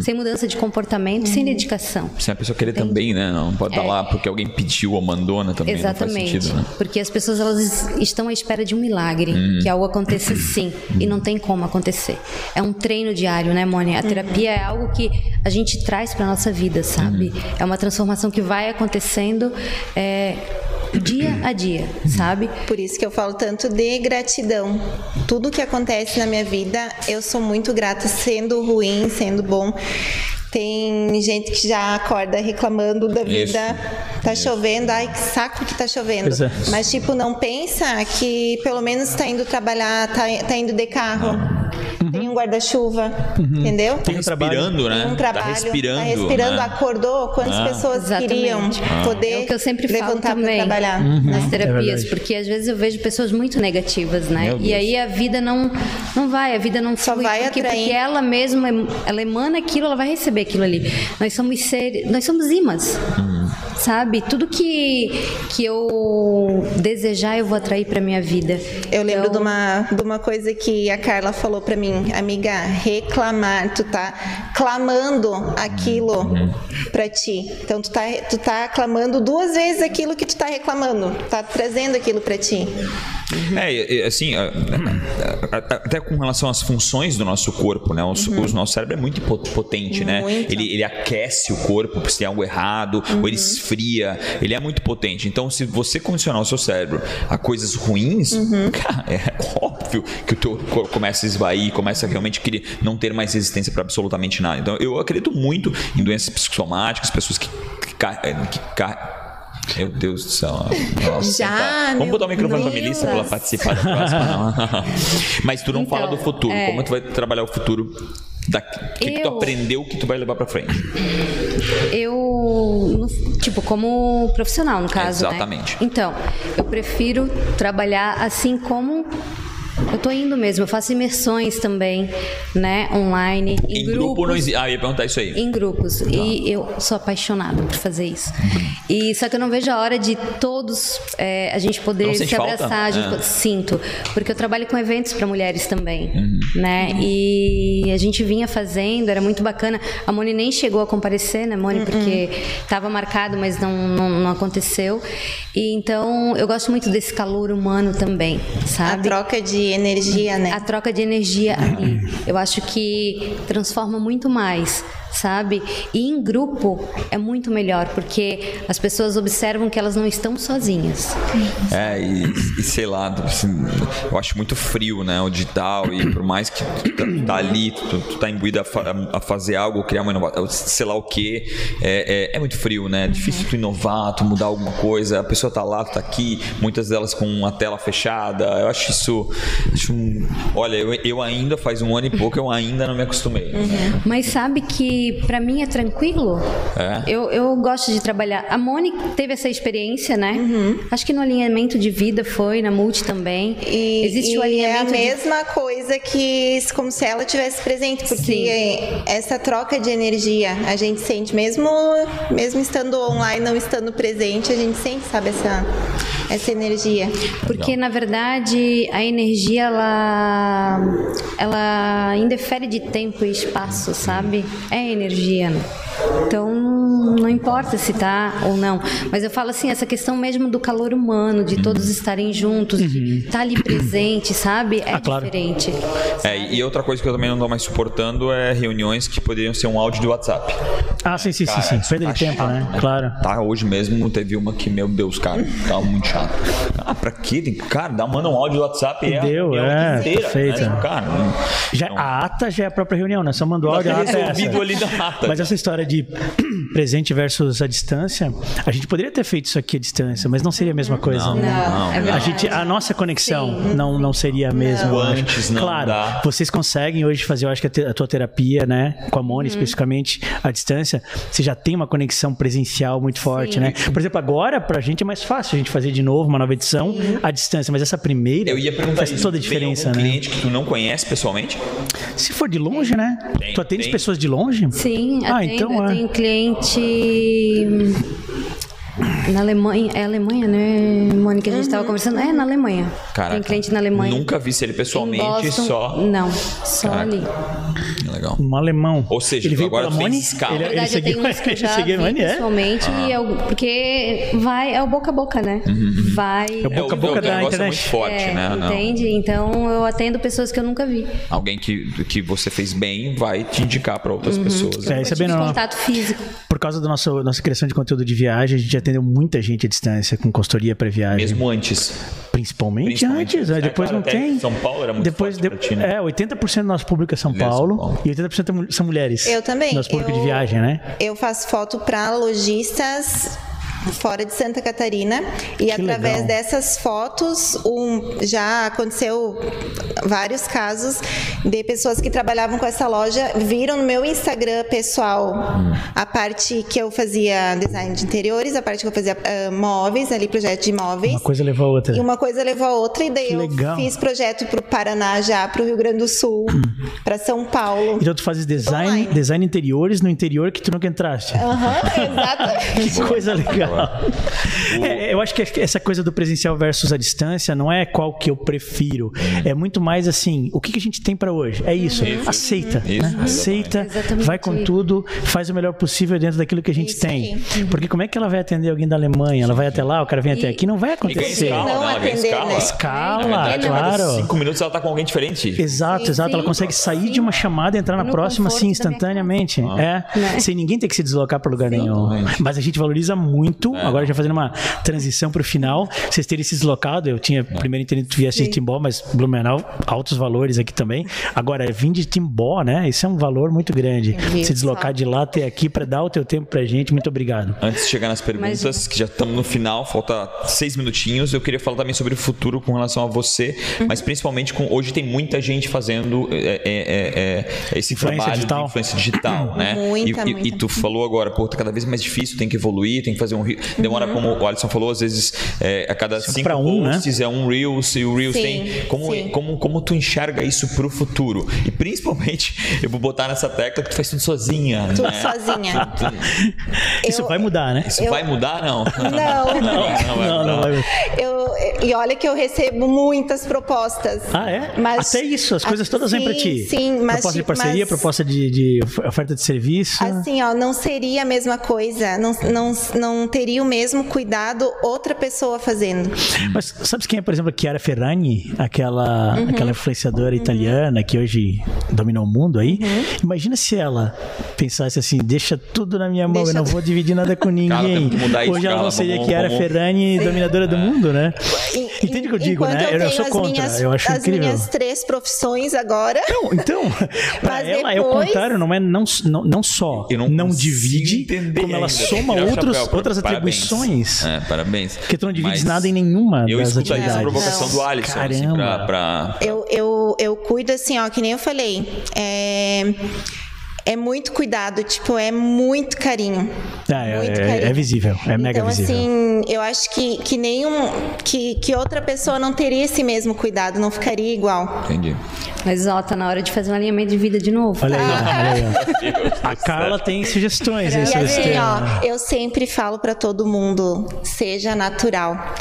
Speaker 5: sem mudança de comportamento, sem dedicação.
Speaker 3: Se a pessoa querer também, né? Não pode estar lá porque alguém pediu ou mandou, né? Também não
Speaker 5: É. Exatamente.
Speaker 3: faz sentido, né? Uhum.
Speaker 5: Porque as pessoas elas es- estão à espera de um milagre, que algo aconteça sim, e não tem como acontecer. É um treino diário, né, Mônica? A terapia é algo que a gente traz para nossa vida, sabe?
Speaker 3: Uhum.
Speaker 5: É uma transformação que vai acontecendo é, dia a dia,
Speaker 3: Uhum.
Speaker 5: sabe?
Speaker 4: Por isso que eu falo tanto de gratidão. Tudo que acontece na minha vida, eu sou muito grata, sendo ruim, sendo bom. Tem gente que já acorda reclamando da vida.
Speaker 3: Isso.
Speaker 4: Tá chovendo, ai que saco que tá
Speaker 1: Pois
Speaker 4: chovendo.
Speaker 1: é.
Speaker 4: Mas tipo, não pensa que pelo menos tá indo trabalhar, tá, tá indo de carro. Tem um guarda-chuva, entendeu?
Speaker 1: Uhum. Tem um
Speaker 3: Respirando, né?
Speaker 4: Tem
Speaker 3: tá
Speaker 4: um trabalho,
Speaker 3: respirando.
Speaker 4: tá respirando,
Speaker 3: né?
Speaker 4: acordou, quantas
Speaker 3: Ah.
Speaker 4: pessoas
Speaker 5: Exatamente.
Speaker 4: queriam poder
Speaker 5: É o que eu sempre falo
Speaker 4: levantar para
Speaker 5: também
Speaker 4: trabalhar.
Speaker 3: Uhum. É
Speaker 5: nas terapias,
Speaker 1: verdade.
Speaker 5: porque às vezes eu vejo pessoas muito negativas, né?
Speaker 3: Meu
Speaker 5: E
Speaker 3: Deus.
Speaker 5: aí a vida não não vai, a vida não
Speaker 4: Só
Speaker 5: flui,
Speaker 4: vai
Speaker 5: porque,
Speaker 4: atraindo.
Speaker 5: porque ela mesma em- ela emana aquilo, ela vai receber aquilo ali. Nós somos seres, nós somos imãs.
Speaker 3: Uhum.
Speaker 5: Sabe? Tudo que que eu desejar, eu vou atrair para minha vida.
Speaker 4: Eu lembro
Speaker 5: Então,
Speaker 4: de, uma, de uma coisa que a Carla falou pra mim, amiga, reclamar, tu tá clamando aquilo pra ti. Então tu tá, tu tá clamando duas vezes aquilo que tu tá reclamando, tá trazendo aquilo pra ti.
Speaker 3: [laughs] É, e- e, assim, a- a- a- até com relação às funções do nosso corpo, né? O, nosso- o nosso cérebro é muito po- potente, né?
Speaker 4: Uhum. Muito. Uhum.
Speaker 3: Ele, ele aquece o corpo se tem algo errado, ou ele esfria. Ele é muito potente. Então, se você condicionar o seu cérebro a coisas ruins,
Speaker 4: Uhum.
Speaker 3: cara, é óbvio que o teu corpo começa a esvair, começa a realmente querer não ter mais resistência para absolutamente nada. Então, eu acredito muito em doenças psicossomáticas, pessoas que. que, ca- é, que ca- meu Deus do céu.
Speaker 4: [laughs]
Speaker 3: Nossa,
Speaker 4: Já,
Speaker 3: tá. Vamos
Speaker 4: meu
Speaker 3: botar o microfone pra
Speaker 4: Deus.
Speaker 3: Melissa pra ela participar da próxima. não. [laughs] Mas tu não
Speaker 5: Então,
Speaker 3: fala do futuro.
Speaker 5: é.
Speaker 3: Como tu vai trabalhar o futuro? daqui? O que, que tu
Speaker 5: Eu-
Speaker 3: aprendeu o que tu vai levar pra frente?
Speaker 5: eu, no- tipo, como profissional, no caso. né?
Speaker 3: Exatamente.
Speaker 5: Então, eu prefiro trabalhar assim como. Eu tô indo mesmo, eu faço imersões também, né? Online. Em,
Speaker 3: em grupo não
Speaker 5: grupos
Speaker 3: existe. Ah, eu ia perguntar isso aí.
Speaker 5: em grupos.
Speaker 3: Tá.
Speaker 5: E eu sou apaixonada por fazer isso. E só que eu não vejo a hora de todos é, a gente poder
Speaker 3: Não
Speaker 5: se
Speaker 3: sente falta?
Speaker 5: abraçar, a gente
Speaker 3: É.
Speaker 5: po- sinto, porque eu trabalho com eventos para mulheres também,
Speaker 3: Uhum.
Speaker 5: né? E a gente vinha fazendo, era muito bacana. A Moni nem chegou a comparecer, né, Moni, porque estava marcado, mas não, não, não aconteceu. E então eu gosto muito desse calor humano também,
Speaker 4: A
Speaker 5: sabe?
Speaker 4: troca de energia, né?
Speaker 5: A troca de energia ali. Eu acho que transforma muito mais, sabe? E em grupo é muito melhor, porque as pessoas observam que elas não estão sozinhas.
Speaker 3: É, e, e sei lá, assim, eu acho muito frio, né? O digital, e por mais que tu tá, tá ali, tu, tu tá imbuído a, fa- a fazer algo, criar uma inovação, sei lá o que, é, é, é muito frio, né? É difícil tu inovar, tu mudar alguma coisa, a pessoa tá lá, tu tá aqui, muitas delas com a tela fechada. Eu acho isso. acho um- olha, eu, eu ainda, faz um ano e pouco, eu ainda não me acostumei.
Speaker 5: Mas sabe que para mim é tranquilo.
Speaker 3: É?
Speaker 5: Eu, eu gosto de trabalhar. A Moni teve essa experiência, né?
Speaker 4: Uhum.
Speaker 5: Acho que no alinhamento de vida foi, na multi também.
Speaker 4: E,
Speaker 5: Existe
Speaker 4: e
Speaker 5: o
Speaker 4: é a
Speaker 5: alinhamento de
Speaker 4: mesma coisa que se- como se ela tivesse presente, porque
Speaker 5: Sim.
Speaker 4: é- essa troca de energia a gente sente, mesmo, mesmo estando online, não estando presente, a gente sente, sabe, essa, essa energia.
Speaker 5: Porque na verdade a energia ela ela indefere de tempo e espaço, sabe? É energia. né? Então não importa se tá ou não, mas eu falo assim, essa questão mesmo do calor humano,
Speaker 1: Uhum.
Speaker 5: de todos estarem juntos, de estar ali presente, sabe? É
Speaker 1: Ah, claro.
Speaker 5: diferente.
Speaker 3: É, e outra coisa que eu também não tô mais suportando é reuniões que poderiam ser um áudio de WhatsApp.
Speaker 1: Ah, sim, sim, sim,
Speaker 3: Cara,
Speaker 1: sim. Perda de
Speaker 3: tá
Speaker 1: tempo,
Speaker 3: chato,
Speaker 1: né? Claro.
Speaker 3: Tá, hoje mesmo teve uma que, meu Deus, cara, tava muito chato. Ah, pra quê? Cara, dá, manda um áudio do WhatsApp e é a
Speaker 1: Deu,
Speaker 3: reunião
Speaker 1: é,
Speaker 3: inteira, né?
Speaker 1: perfeito.
Speaker 3: Tipo, Cara, não-
Speaker 1: Já,
Speaker 3: não-
Speaker 1: a ata já é a própria reunião, né? Só mandou áudio, a ata é essa.
Speaker 3: resolvido ali na ata.
Speaker 1: Mas essa história de [clears throat] presente versus a distância, a gente poderia ter feito isso aqui à distância, mas não seria a mesma coisa. né?
Speaker 5: Não, é
Speaker 1: A,
Speaker 5: verdade.
Speaker 1: gente, a nossa conexão não, não seria a mesma.
Speaker 3: Não.
Speaker 1: eu acho.
Speaker 3: Antes não
Speaker 1: claro,
Speaker 3: dá.
Speaker 1: vocês conseguem hoje fazer, eu acho que a, te- a tua terapia, né? Com a Moni,
Speaker 5: Uhum.
Speaker 1: especificamente, à distância, você já tem uma conexão presencial muito forte, né? Por exemplo, agora, pra gente é mais fácil a gente fazer de novo uma nova edição à distância, mas essa primeira
Speaker 3: Eu ia perguntar
Speaker 1: faz
Speaker 3: isso.
Speaker 1: toda a
Speaker 3: Tem
Speaker 1: diferença,
Speaker 3: algum
Speaker 1: né?
Speaker 3: cliente que tu não conhece pessoalmente?
Speaker 1: Se for de longe, né?
Speaker 3: Tem,
Speaker 1: tu atende
Speaker 3: tem.
Speaker 1: pessoas de longe?
Speaker 5: Sim,
Speaker 1: Ah,
Speaker 5: atendo,
Speaker 1: então
Speaker 5: eu
Speaker 1: é.
Speaker 5: tenho cliente hum, na Alemanha, é Alemanha, né, Mônica? A
Speaker 1: Uhum.
Speaker 5: gente estava conversando, é na Alemanha.
Speaker 3: Caraca,
Speaker 5: Tem cliente na Alemanha.
Speaker 3: Nunca vi se ele
Speaker 5: Em
Speaker 3: pessoalmente,
Speaker 5: Boston, Hum.
Speaker 3: só.
Speaker 5: Não, só
Speaker 3: Caraca.
Speaker 5: ali.
Speaker 3: Legal.
Speaker 1: Um alemão.
Speaker 3: Ou seja,
Speaker 1: ele veio
Speaker 3: agora
Speaker 1: pela
Speaker 3: tu
Speaker 1: Moni?
Speaker 3: tem escala.
Speaker 1: Ele,
Speaker 5: Na
Speaker 1: ele
Speaker 5: verdade, eu
Speaker 1: seguiu,
Speaker 5: tenho uns que
Speaker 1: [laughs]
Speaker 5: eu
Speaker 1: ele
Speaker 5: já
Speaker 1: seguiu a
Speaker 5: vi
Speaker 1: Moni, é?
Speaker 5: pessoalmente, e eu- porque vai, é o boca a boca, né? Vai...
Speaker 1: Uhum, É o boca a
Speaker 3: o-
Speaker 1: boca da
Speaker 3: o negócio é
Speaker 1: internet.
Speaker 3: muito forte,
Speaker 5: é,
Speaker 3: né? Não.
Speaker 5: Entende? Então eu atendo pessoas que eu nunca vi.
Speaker 3: Alguém que, que você fez bem vai te indicar pra outras
Speaker 5: Uhum.
Speaker 3: pessoas.
Speaker 1: É, isso é
Speaker 5: eu
Speaker 1: bem
Speaker 5: tive
Speaker 1: normal.
Speaker 5: Tipo contato físico.
Speaker 1: Por causa da nossa, nossa criação de conteúdo de viagem, a gente atendeu muita gente à distância, com consultoria pré-viagem.
Speaker 3: Mesmo antes.
Speaker 1: Principalmente,
Speaker 3: Principalmente
Speaker 1: antes, né?
Speaker 3: antes, né?
Speaker 1: depois
Speaker 3: Claro,
Speaker 1: não
Speaker 3: até
Speaker 1: tem.
Speaker 3: São Paulo era muito
Speaker 1: depois,
Speaker 3: forte
Speaker 1: de-
Speaker 3: pra ti, né?
Speaker 1: É, 80% do nosso público é São
Speaker 3: Ele é São
Speaker 1: Paulo,
Speaker 3: Paulo.
Speaker 1: e 80% é mu- são mulheres.
Speaker 4: Eu também.
Speaker 1: Nosso público
Speaker 4: Eu-
Speaker 1: de viagem, né?
Speaker 4: Eu faço foto para lojistas fora de Santa Catarina e através
Speaker 1: legal.
Speaker 4: dessas fotos um- já aconteceu vários casos de pessoas que trabalhavam com essa loja viram no meu Instagram pessoal
Speaker 1: Hum.
Speaker 4: a parte que eu fazia design de interiores, a parte que eu fazia ah, móveis ali projeto de móveis
Speaker 1: Uma coisa levou a outra.
Speaker 4: e uma coisa levou a outra e daí
Speaker 1: Que
Speaker 4: eu
Speaker 1: legal.
Speaker 4: fiz projeto para o Paraná já para o Rio Grande
Speaker 1: [clears throat]
Speaker 4: do Sul para
Speaker 1: [laughs]
Speaker 4: São Paulo
Speaker 1: Então tu fazes design,
Speaker 4: Online. É,
Speaker 1: design interiores no interior que tu nunca entraste.
Speaker 4: Aham, exato.
Speaker 1: Que coisa legal. É, eu acho que essa coisa do presencial versus a distância não é qual que eu prefiro. É muito mais assim, o que, que a gente tem pra hoje? É isso.
Speaker 3: Uhum. Isso.
Speaker 1: Aceita.
Speaker 3: Isso,
Speaker 1: né?
Speaker 3: exatamente.
Speaker 1: Aceita,
Speaker 5: Exatamente.
Speaker 1: vai com tudo, faz o melhor possível dentro daquilo que a gente
Speaker 4: Isso
Speaker 1: tem. Porque como é que ela vai atender alguém da Alemanha? Ela vai até lá, o cara vem até
Speaker 5: Uhum. E-
Speaker 1: aqui, não vai
Speaker 3: E ganha
Speaker 1: acontecer.
Speaker 3: escala,
Speaker 4: Não
Speaker 3: né? Ela ganha
Speaker 4: atender,
Speaker 3: escala.
Speaker 4: né?
Speaker 1: Escala,
Speaker 3: Na verdade, a cada
Speaker 1: claro.
Speaker 3: Cinco minutos ela tá com alguém diferente.
Speaker 1: Exato,
Speaker 5: Sim,
Speaker 1: exato. Ela
Speaker 5: sim.
Speaker 1: consegue sair de uma chamada, entrar na
Speaker 5: No
Speaker 1: próxima,
Speaker 5: conforto
Speaker 1: assim,
Speaker 5: da minha
Speaker 1: instantaneamente. É.
Speaker 5: Né?
Speaker 1: Sem ninguém ter que se deslocar para lugar nenhum.
Speaker 3: Exatamente.
Speaker 1: Mas a gente valoriza
Speaker 3: É.
Speaker 1: muito, agora já fazendo uma transição para o final, vocês terem se deslocado. Eu tinha
Speaker 3: É.
Speaker 1: primeiro entendido que tu viesse de Timbó, mas Blumenau, altos valores aqui também. Agora, vir de Timbó, né? Isso é um valor muito
Speaker 5: É
Speaker 1: grande.
Speaker 4: vi,
Speaker 1: Se deslocar
Speaker 4: só.
Speaker 1: de lá até aqui para dar o teu tempo pra gente. Muito obrigado.
Speaker 3: Antes de chegar nas perguntas, que já estamos no final, falta seis minutinhos, eu queria falar também sobre o futuro com relação a você,
Speaker 4: Uhum.
Speaker 3: mas principalmente com. Hoje tem muita gente fazendo é, é, é, é, esse
Speaker 1: Influência
Speaker 3: trabalho
Speaker 1: digital.
Speaker 3: de influência digital, né?
Speaker 4: Muita,
Speaker 3: e, e-
Speaker 4: muita.
Speaker 3: e tu falou agora, pô, tá cada vez mais difícil, tem que evoluir, tem que fazer um. re-
Speaker 4: Uhum.
Speaker 3: Demora, como o Alisson falou, às vezes é, a cada cinco
Speaker 1: pra um, né?
Speaker 3: posts é um Reels, e o Reels
Speaker 4: Sim,
Speaker 3: tem. Como,
Speaker 4: sim.
Speaker 3: como, como tu enxerga isso pro futuro? E principalmente, [laughs] eu vou botar nessa tecla que tu faz tudo sozinha.
Speaker 4: Tudo
Speaker 3: né?
Speaker 1: [laughs]
Speaker 4: sozinha.
Speaker 1: Isso vai mudar, né?
Speaker 3: Isso
Speaker 4: Eu-
Speaker 3: vai mudar, não?
Speaker 4: [laughs] Não.
Speaker 3: não, vai
Speaker 1: Não,
Speaker 3: mudar.
Speaker 1: não vai.
Speaker 4: Eu, e olha que eu recebo muitas propostas.
Speaker 1: Ah, é?
Speaker 4: Mas-
Speaker 1: Até isso, as coisas
Speaker 4: Ah,
Speaker 1: todas vêm pra
Speaker 4: sim,
Speaker 1: ti.
Speaker 4: Sim, mas. tipo,
Speaker 1: Proposta de parceria,
Speaker 4: mas-
Speaker 1: proposta de, de oferta de serviço.
Speaker 4: Assim, ó, não seria a mesma coisa, não, não, não teria o mesmo cuidado outra pessoa fazendo.
Speaker 1: Mas sabes quem é, por exemplo, a Chiara Ferragni, aquela,
Speaker 4: Uhum.
Speaker 1: aquela influenciadora italiana que hoje dominou o mundo aí?
Speaker 4: Uhum.
Speaker 1: Imagina se ela pensasse assim: deixa tudo na minha mão,
Speaker 4: Deixa
Speaker 1: eu não
Speaker 4: tu-
Speaker 1: vou dividir nada com
Speaker 3: Cara,
Speaker 1: ninguém.
Speaker 3: tem que mudar tá isso,
Speaker 1: hoje ela
Speaker 3: cara,
Speaker 1: não seria
Speaker 3: vamos-
Speaker 1: Chiara
Speaker 3: vamos-
Speaker 1: Ferragni, dominadora
Speaker 3: É.
Speaker 1: do mundo, né?
Speaker 4: E-
Speaker 1: Entende o que eu digo,
Speaker 4: enquanto
Speaker 1: né? Eu,
Speaker 4: tenho
Speaker 1: sou
Speaker 4: as
Speaker 1: contra,
Speaker 4: minhas-
Speaker 1: eu acho
Speaker 4: as
Speaker 1: incrível.
Speaker 4: minhas três profissões agora.
Speaker 1: Então, pra
Speaker 4: Mas
Speaker 1: ela é o
Speaker 4: depois-
Speaker 1: contrário, não é não, não, não só
Speaker 3: Eu
Speaker 1: não,
Speaker 3: consigo
Speaker 1: divide,
Speaker 3: entender
Speaker 1: como ela
Speaker 3: ainda. Tem que
Speaker 1: soma
Speaker 3: tirar o
Speaker 1: outros,
Speaker 3: chapéu,
Speaker 1: outras
Speaker 3: parabéns.
Speaker 1: atribuições.
Speaker 3: É, parabéns.
Speaker 1: Porque tu não divides
Speaker 3: Mas
Speaker 1: nada em nenhuma
Speaker 3: Eu
Speaker 1: das
Speaker 3: escutaria
Speaker 1: atividades.
Speaker 3: essa provocação
Speaker 4: Não.
Speaker 3: do Alisson, assim,
Speaker 1: Caramba.
Speaker 3: pra, pra-
Speaker 4: Eu, eu, eu cuido assim, ó, que nem eu falei. É, é muito cuidado, tipo, é muito carinho.
Speaker 1: Ah, é,
Speaker 4: Muito
Speaker 1: é-
Speaker 4: carinho.
Speaker 1: é visível, é mega
Speaker 4: então,
Speaker 1: visível.
Speaker 4: assim, eu acho que, que nenhum. Que, que outra pessoa não teria esse mesmo cuidado, não ficaria igual.
Speaker 3: Entendi.
Speaker 5: Mas ó, tá na hora de fazer um alinhamento de vida de novo.
Speaker 1: Olha aí, olha aí. ó. A Carla tem sugestões aí
Speaker 4: ah. E
Speaker 1: sobre esse
Speaker 4: assim,
Speaker 1: tema.
Speaker 4: ó, eu sempre falo pra todo mundo: seja natural.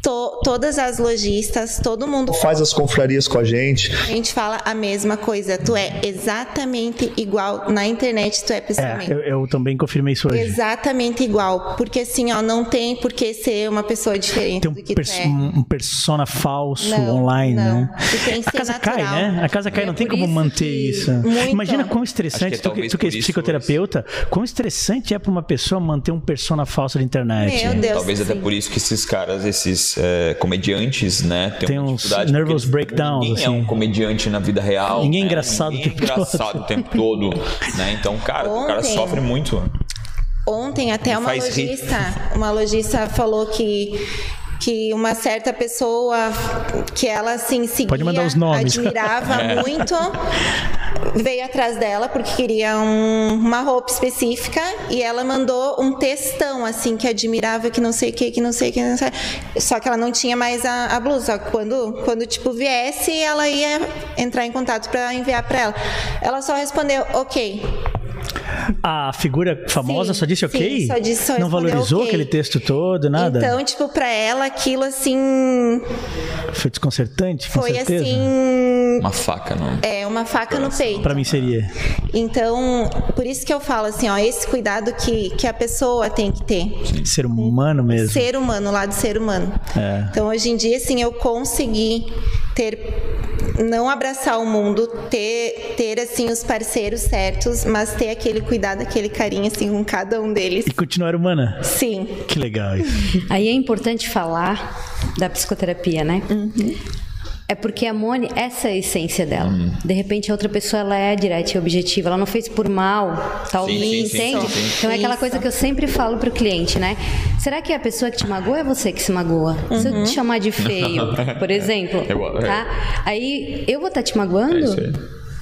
Speaker 4: To- todas as lojistas, todo mundo
Speaker 6: faz as confrarias com a gente.
Speaker 4: a gente fala a mesma coisa. Tu é exatamente igual na internet, tu é pessoalmente.
Speaker 1: É, eu, eu também confirmei isso hoje.
Speaker 4: Exatamente igual. Porque assim, ó, não tem por que ser uma pessoa diferente
Speaker 1: Tem um,
Speaker 4: do que
Speaker 1: pers-
Speaker 4: tu é.
Speaker 1: um persona falso
Speaker 4: Não,
Speaker 1: online,
Speaker 4: não.
Speaker 1: né?
Speaker 4: E tem que
Speaker 1: A
Speaker 4: ser
Speaker 1: casa
Speaker 4: natural.
Speaker 1: cai, né? A casa cai,
Speaker 5: É
Speaker 1: não tem
Speaker 5: por
Speaker 1: como
Speaker 5: isso
Speaker 1: manter
Speaker 5: que-
Speaker 1: isso.
Speaker 4: Muito.
Speaker 1: Imagina quão
Speaker 3: Acho que
Speaker 1: estressante,
Speaker 3: é
Speaker 1: tu, que,
Speaker 3: talvez
Speaker 1: tu que é
Speaker 3: por isso-
Speaker 1: psicoterapeuta, quão estressante é pra uma pessoa manter um persona falso na internet.
Speaker 4: Meu Deus.
Speaker 3: Talvez até
Speaker 4: sim.
Speaker 3: por isso que esses caras, esses é, comediantes, né, tem,
Speaker 1: Tem
Speaker 3: uma
Speaker 1: uns
Speaker 3: dificuldade. porque
Speaker 1: nervous
Speaker 3: eles-
Speaker 1: breakdowns,
Speaker 3: Ninguém é
Speaker 1: assim.
Speaker 3: um comediante na vida real.
Speaker 1: Ninguém é
Speaker 3: né?
Speaker 1: engraçado o
Speaker 3: Ninguém é
Speaker 1: tempo todo.
Speaker 3: engraçado o tempo todo. né? Então, cara, o cara
Speaker 4: Ontem-
Speaker 3: sofre muito.
Speaker 4: Ontem até
Speaker 3: Me
Speaker 4: uma
Speaker 3: faz rir.
Speaker 4: lojista, uma lojista falou que que uma certa pessoa que ela assim seguia,
Speaker 1: Pode mandar os nomes.
Speaker 3: [laughs]
Speaker 4: admirava
Speaker 3: É.
Speaker 4: muito, veio atrás dela porque queria um- uma roupa específica e ela mandou um textão assim que admirava, que não sei o que, que não sei o que, não sei. só que ela não tinha mais a, a blusa. Quando quando tipo viesse, ela ia entrar em contato para enviar para ela. Ela só respondeu, ok,
Speaker 1: A figura famosa
Speaker 4: Sim,
Speaker 1: só disse ok?
Speaker 4: sim, só disse- só
Speaker 1: não
Speaker 4: respondeu
Speaker 1: valorizou
Speaker 4: ok.
Speaker 1: aquele texto todo, nada?
Speaker 4: Então, tipo, pra ela aquilo assim
Speaker 1: Foi desconcertante, com
Speaker 4: foi
Speaker 1: certeza?
Speaker 4: assim,
Speaker 3: Uma faca, não.
Speaker 4: é uma faca no peito.
Speaker 1: Pra mim seria.
Speaker 4: Então, por isso que eu falo assim, ó, esse cuidado que, que a pessoa tem que ter.
Speaker 1: Ser humano mesmo.
Speaker 4: Ser humano, o lado ser humano.
Speaker 1: É.
Speaker 4: Então, hoje em dia, assim, eu consegui ter não abraçar o mundo, ter, ter assim os parceiros certos, mas ter aquele cuidado, aquele carinho assim com cada um deles.
Speaker 1: E continuar humana.
Speaker 4: Sim.
Speaker 1: Que legal isso.
Speaker 5: [laughs] Aí é importante falar da psicoterapia, né?
Speaker 3: Uhum.
Speaker 5: É porque a Mone, essa é a essência dela. De repente, a outra pessoa ela é direta e objetiva. Ela não fez por mal, talvez,
Speaker 3: Sim, sim, sim,
Speaker 5: entende?
Speaker 3: sim, sim.
Speaker 5: Então é aquela
Speaker 4: Isso.
Speaker 5: coisa que eu sempre falo pro cliente, né? Será que a pessoa que te magoa é você que se magoa? Se eu te chamar
Speaker 3: [laughs]
Speaker 5: de feio, por exemplo,
Speaker 3: Uhum. Eu- é.
Speaker 5: tá? Aí eu vou estar te magoando?
Speaker 3: isso aí.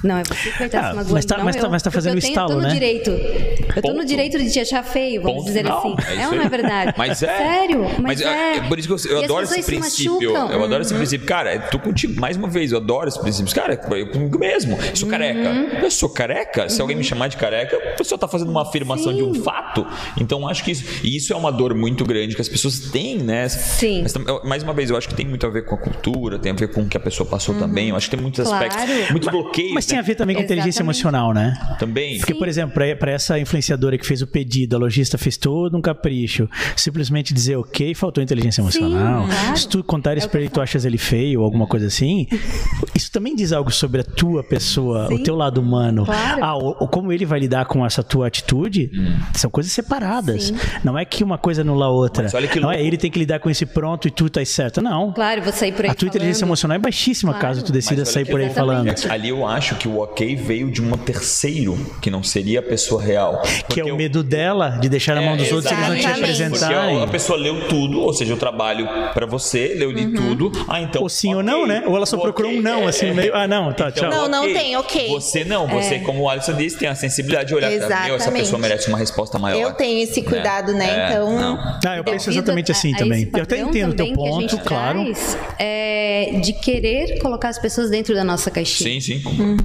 Speaker 5: Não, é você que vai estar
Speaker 1: Ah,
Speaker 5: se magoando.
Speaker 1: mas tá-
Speaker 5: não
Speaker 1: mas tá-
Speaker 5: eu.
Speaker 1: mas tá
Speaker 5: Porque
Speaker 1: fazendo
Speaker 5: eu
Speaker 1: o
Speaker 5: tenho-
Speaker 1: estalo,
Speaker 5: tô no
Speaker 1: né?
Speaker 5: direito. Eu tô no
Speaker 3: Ponto.
Speaker 5: direito de te achar feio, vamos
Speaker 3: Ponto
Speaker 5: dizer
Speaker 3: final.
Speaker 5: assim.
Speaker 3: É isso
Speaker 5: É, ou não é
Speaker 3: aí.
Speaker 5: verdade?
Speaker 3: Mas é.
Speaker 5: Sério? Mas, é.
Speaker 3: é, Por isso que eu,
Speaker 5: E
Speaker 3: eu
Speaker 5: as
Speaker 3: adoro esse
Speaker 5: pessoas se
Speaker 3: princípio.
Speaker 5: machucam. Uhum.
Speaker 3: Eu adoro esse princípio. Cara, eu tô contigo, mais uma vez, eu adoro esse princípio. Cara, eu comigo mesmo. Eu sou careca.
Speaker 5: Uhum.
Speaker 3: Eu sou careca. Se alguém me chamar de careca, a pessoa tá fazendo uma afirmação de um fato. Então, acho que isso, e isso é uma dor muito grande que as pessoas têm, né?
Speaker 5: Sim.
Speaker 3: Mas, tam- eu- mais uma vez, eu acho que tem muito a ver com a cultura, tem a ver com o que a pessoa passou também. Eu acho que tem muitos
Speaker 5: Uhum. Claro.
Speaker 3: aspectos, muitos bloqueios.
Speaker 1: Mas tem a
Speaker 3: né?
Speaker 1: ver também com inteligência
Speaker 5: Exatamente.
Speaker 1: emocional, né?
Speaker 3: Também.
Speaker 1: Porque, por exemplo, pra- pra essa influenciadora que fez o pedido, a lojista fez todo um capricho, simplesmente dizer ok, faltou inteligência emocional.
Speaker 5: claro. É
Speaker 1: Se tu contar isso pra ele e tu achas ele feio ou alguma coisa assim, isso também diz algo sobre a tua pessoa, o teu lado humano.
Speaker 5: Claro.
Speaker 1: Ah, o, o- como ele vai lidar com essa tua atitude, são coisas separadas. Não é que uma coisa anula a outra.
Speaker 3: Mas olha que
Speaker 1: Não é
Speaker 3: louco.
Speaker 1: ele tem que lidar com esse pronto e tu tá certa. Não.
Speaker 5: Claro, vou sair por aí
Speaker 1: A tua inteligência
Speaker 5: falando.
Speaker 1: emocional é baixíssima
Speaker 5: Claro.
Speaker 1: caso tu
Speaker 3: Mas
Speaker 1: decida
Speaker 3: olha
Speaker 1: sair
Speaker 3: que
Speaker 1: por aí
Speaker 3: louco.
Speaker 1: falando.
Speaker 3: É, Ali eu acho que o ok veio de um terceiro, que não seria a pessoa real.
Speaker 1: Que
Speaker 3: Porque
Speaker 1: é o
Speaker 3: eu- É,
Speaker 1: medo dela de deixar na mão Um dos outros e eles não te
Speaker 4: exatamente.
Speaker 1: apresentarem.
Speaker 3: Porque a pessoa leu tudo, ou seja, eu trabalho pra você, leu li tudo. Ah, então.
Speaker 1: Ou sim ou
Speaker 3: ok,
Speaker 1: não, né? Ou ela só
Speaker 3: ok,
Speaker 1: procurou um não,
Speaker 3: é,
Speaker 1: assim,
Speaker 3: é.
Speaker 1: meio, ah, não, tá, tchau.
Speaker 3: Então,
Speaker 4: Não, não
Speaker 3: ok.
Speaker 4: tem, ok.
Speaker 3: Você não, você, como o Alisson disse, tem a sensibilidade de olhar pra meu, essa
Speaker 4: Exatamente.
Speaker 3: pessoa merece uma resposta maior.
Speaker 4: Eu tenho esse cuidado, né?
Speaker 3: É,
Speaker 4: então,
Speaker 3: não.
Speaker 1: Ah, eu penso
Speaker 5: Devido
Speaker 1: exatamente
Speaker 5: a-
Speaker 1: assim
Speaker 5: a
Speaker 1: também.
Speaker 5: tá- esse
Speaker 1: Eu até
Speaker 5: padrão
Speaker 1: entendo o teu
Speaker 5: também que a
Speaker 1: ponto,
Speaker 5: gente
Speaker 1: claro.
Speaker 5: traz, é, de querer colocar as pessoas dentro da nossa
Speaker 3: Sim,
Speaker 5: caixinha.
Speaker 3: sim.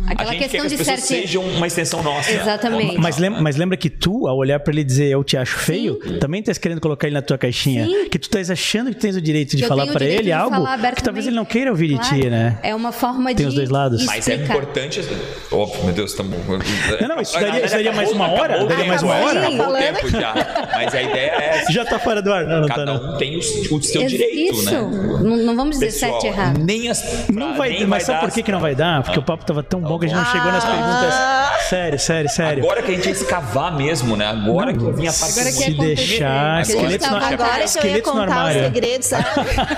Speaker 5: Aquela
Speaker 3: a gente
Speaker 5: questão
Speaker 3: quer que as
Speaker 5: de
Speaker 3: pessoas
Speaker 5: certi-
Speaker 3: sejam uma extensão nossa.
Speaker 5: Exatamente.
Speaker 1: Mas lembra, mas lembra que tu, ao olhar pra ele e dizer eu te acho feio, também tá querendo colocar ele na tua caixinha.
Speaker 5: Sim.
Speaker 1: Que tu estás achando que tens o direito de
Speaker 5: Eu
Speaker 1: falar
Speaker 5: tenho o
Speaker 1: pra
Speaker 5: direito
Speaker 1: ele
Speaker 5: de
Speaker 1: algo
Speaker 5: falar
Speaker 1: que talvez
Speaker 5: abertamente.
Speaker 1: ele não queira ouvir de
Speaker 5: Claro.
Speaker 1: ti, né?
Speaker 5: É uma forma de.
Speaker 1: Tem os dois lados.
Speaker 3: Mas é
Speaker 5: explicar.
Speaker 3: importante. Óbvio, meu Deus, tá estamos.
Speaker 1: É, Não, não, isso daria- isso daria mais uma hora? Daria
Speaker 5: mais uma hora?
Speaker 3: Acabou o tempo já. Mas a ideia é essa.
Speaker 1: Já tá fora do ar? Não, não [laughs] tá
Speaker 3: Cada
Speaker 1: não.
Speaker 3: um tem o, o seu
Speaker 5: Ex-
Speaker 3: direito,
Speaker 5: Isso.
Speaker 3: né?
Speaker 5: Não, não vamos dizer
Speaker 3: Pessoal,
Speaker 5: certo e errado.
Speaker 3: Nem as.
Speaker 1: Não vai,
Speaker 3: nem
Speaker 1: mas sabe
Speaker 3: dar- assim,
Speaker 1: por que, que não vai dar? Porque o papo tava tão bom que a gente não chegou
Speaker 4: Ah.
Speaker 1: nas perguntas. Sério, sério, sério.
Speaker 3: Agora que a gente ia escavar mesmo, né? Agora que vinha a parte né?
Speaker 5: Agora que
Speaker 1: se
Speaker 5: ia acontecer.
Speaker 1: deixar,
Speaker 5: Agora
Speaker 1: esqueletos
Speaker 5: que
Speaker 1: no,
Speaker 5: eu tava-
Speaker 4: Agora que eu ia
Speaker 1: esqueletos no
Speaker 4: contar os
Speaker 1: armário. [laughs]
Speaker 4: segredos, né?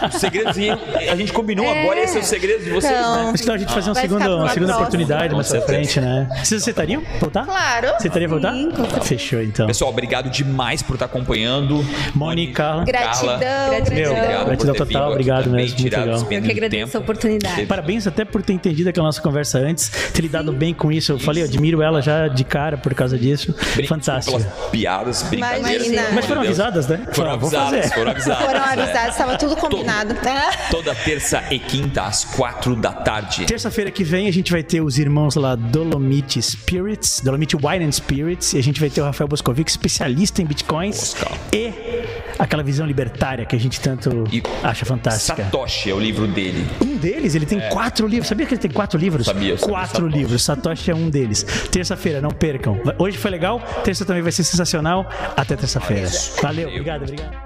Speaker 4: sabe?
Speaker 3: Os segredos iam- A gente combinou
Speaker 5: É.
Speaker 3: agora, esse é o segredo de vocês,
Speaker 4: Então.
Speaker 3: né?
Speaker 1: Mas que tal a gente fazer um
Speaker 4: Vai ficar
Speaker 1: segundo,
Speaker 4: pra
Speaker 1: uma
Speaker 4: uma
Speaker 1: segunda
Speaker 4: próxima.
Speaker 1: oportunidade
Speaker 3: Com
Speaker 1: mais pra
Speaker 3: certeza.
Speaker 1: frente, né? Vocês aceitariam voltar?
Speaker 4: Claro.
Speaker 1: Aceitariam voltar?
Speaker 5: Sim, com certeza.
Speaker 1: Fechou, então.
Speaker 3: Pessoal, obrigado demais por estar acompanhando.
Speaker 1: Mônica.
Speaker 3: Carla,
Speaker 4: Gratidão,
Speaker 5: Meu,
Speaker 4: gratidão.
Speaker 3: obrigado por
Speaker 1: gratidão
Speaker 3: ter
Speaker 1: total,
Speaker 3: vindo aqui
Speaker 1: obrigado
Speaker 3: também,
Speaker 1: mesmo, muito
Speaker 3: tirado
Speaker 1: legal.
Speaker 3: esse
Speaker 5: Eu que
Speaker 3: período de
Speaker 5: agradeço a
Speaker 3: tempo.
Speaker 5: oportunidade.
Speaker 1: Parabéns até por ter entendido aquela nossa conversa antes, ter lidado bem com isso. Eu falei, eu admiro ela já de cara por causa disso.
Speaker 3: Obrigado
Speaker 1: Fantástico.
Speaker 3: Pelas piadas, brincadeiras.
Speaker 4: Imagina.
Speaker 3: pelo
Speaker 1: Mas foram
Speaker 3: amor de Deus.
Speaker 1: avisadas, né?
Speaker 3: Foram
Speaker 1: Ah, vou
Speaker 3: avisadas,
Speaker 1: fazer.
Speaker 3: foram avisadas.
Speaker 4: Foram
Speaker 3: é.
Speaker 4: avisados, estava
Speaker 1: [laughs]
Speaker 4: tudo combinado.
Speaker 3: Toda terça e quinta, às quatro da tarde.
Speaker 1: Terça-feira que vem a gente vai ter os irmãos lá Dolomite Spirits, Dolomite Wine and Spirits, e a gente vai ter o Rafael Boscovic, especialista em bitcoins
Speaker 3: Bosco.
Speaker 1: e aquela visão libertária que a gente tanto
Speaker 3: E
Speaker 1: acha fantástica.
Speaker 3: Satoshi é o livro dele.
Speaker 1: Um deles, ele tem quatro livros. Sabia que ele tem quatro livros?
Speaker 3: É. Sabia, eu sabia,
Speaker 1: quatro
Speaker 3: Satoshi.
Speaker 1: livros. Satoshi é um deles. Terça-feira, não percam. Hoje foi legal, terça também vai ser sensacional. Até terça-feira. Valeu, obrigado, obrigado.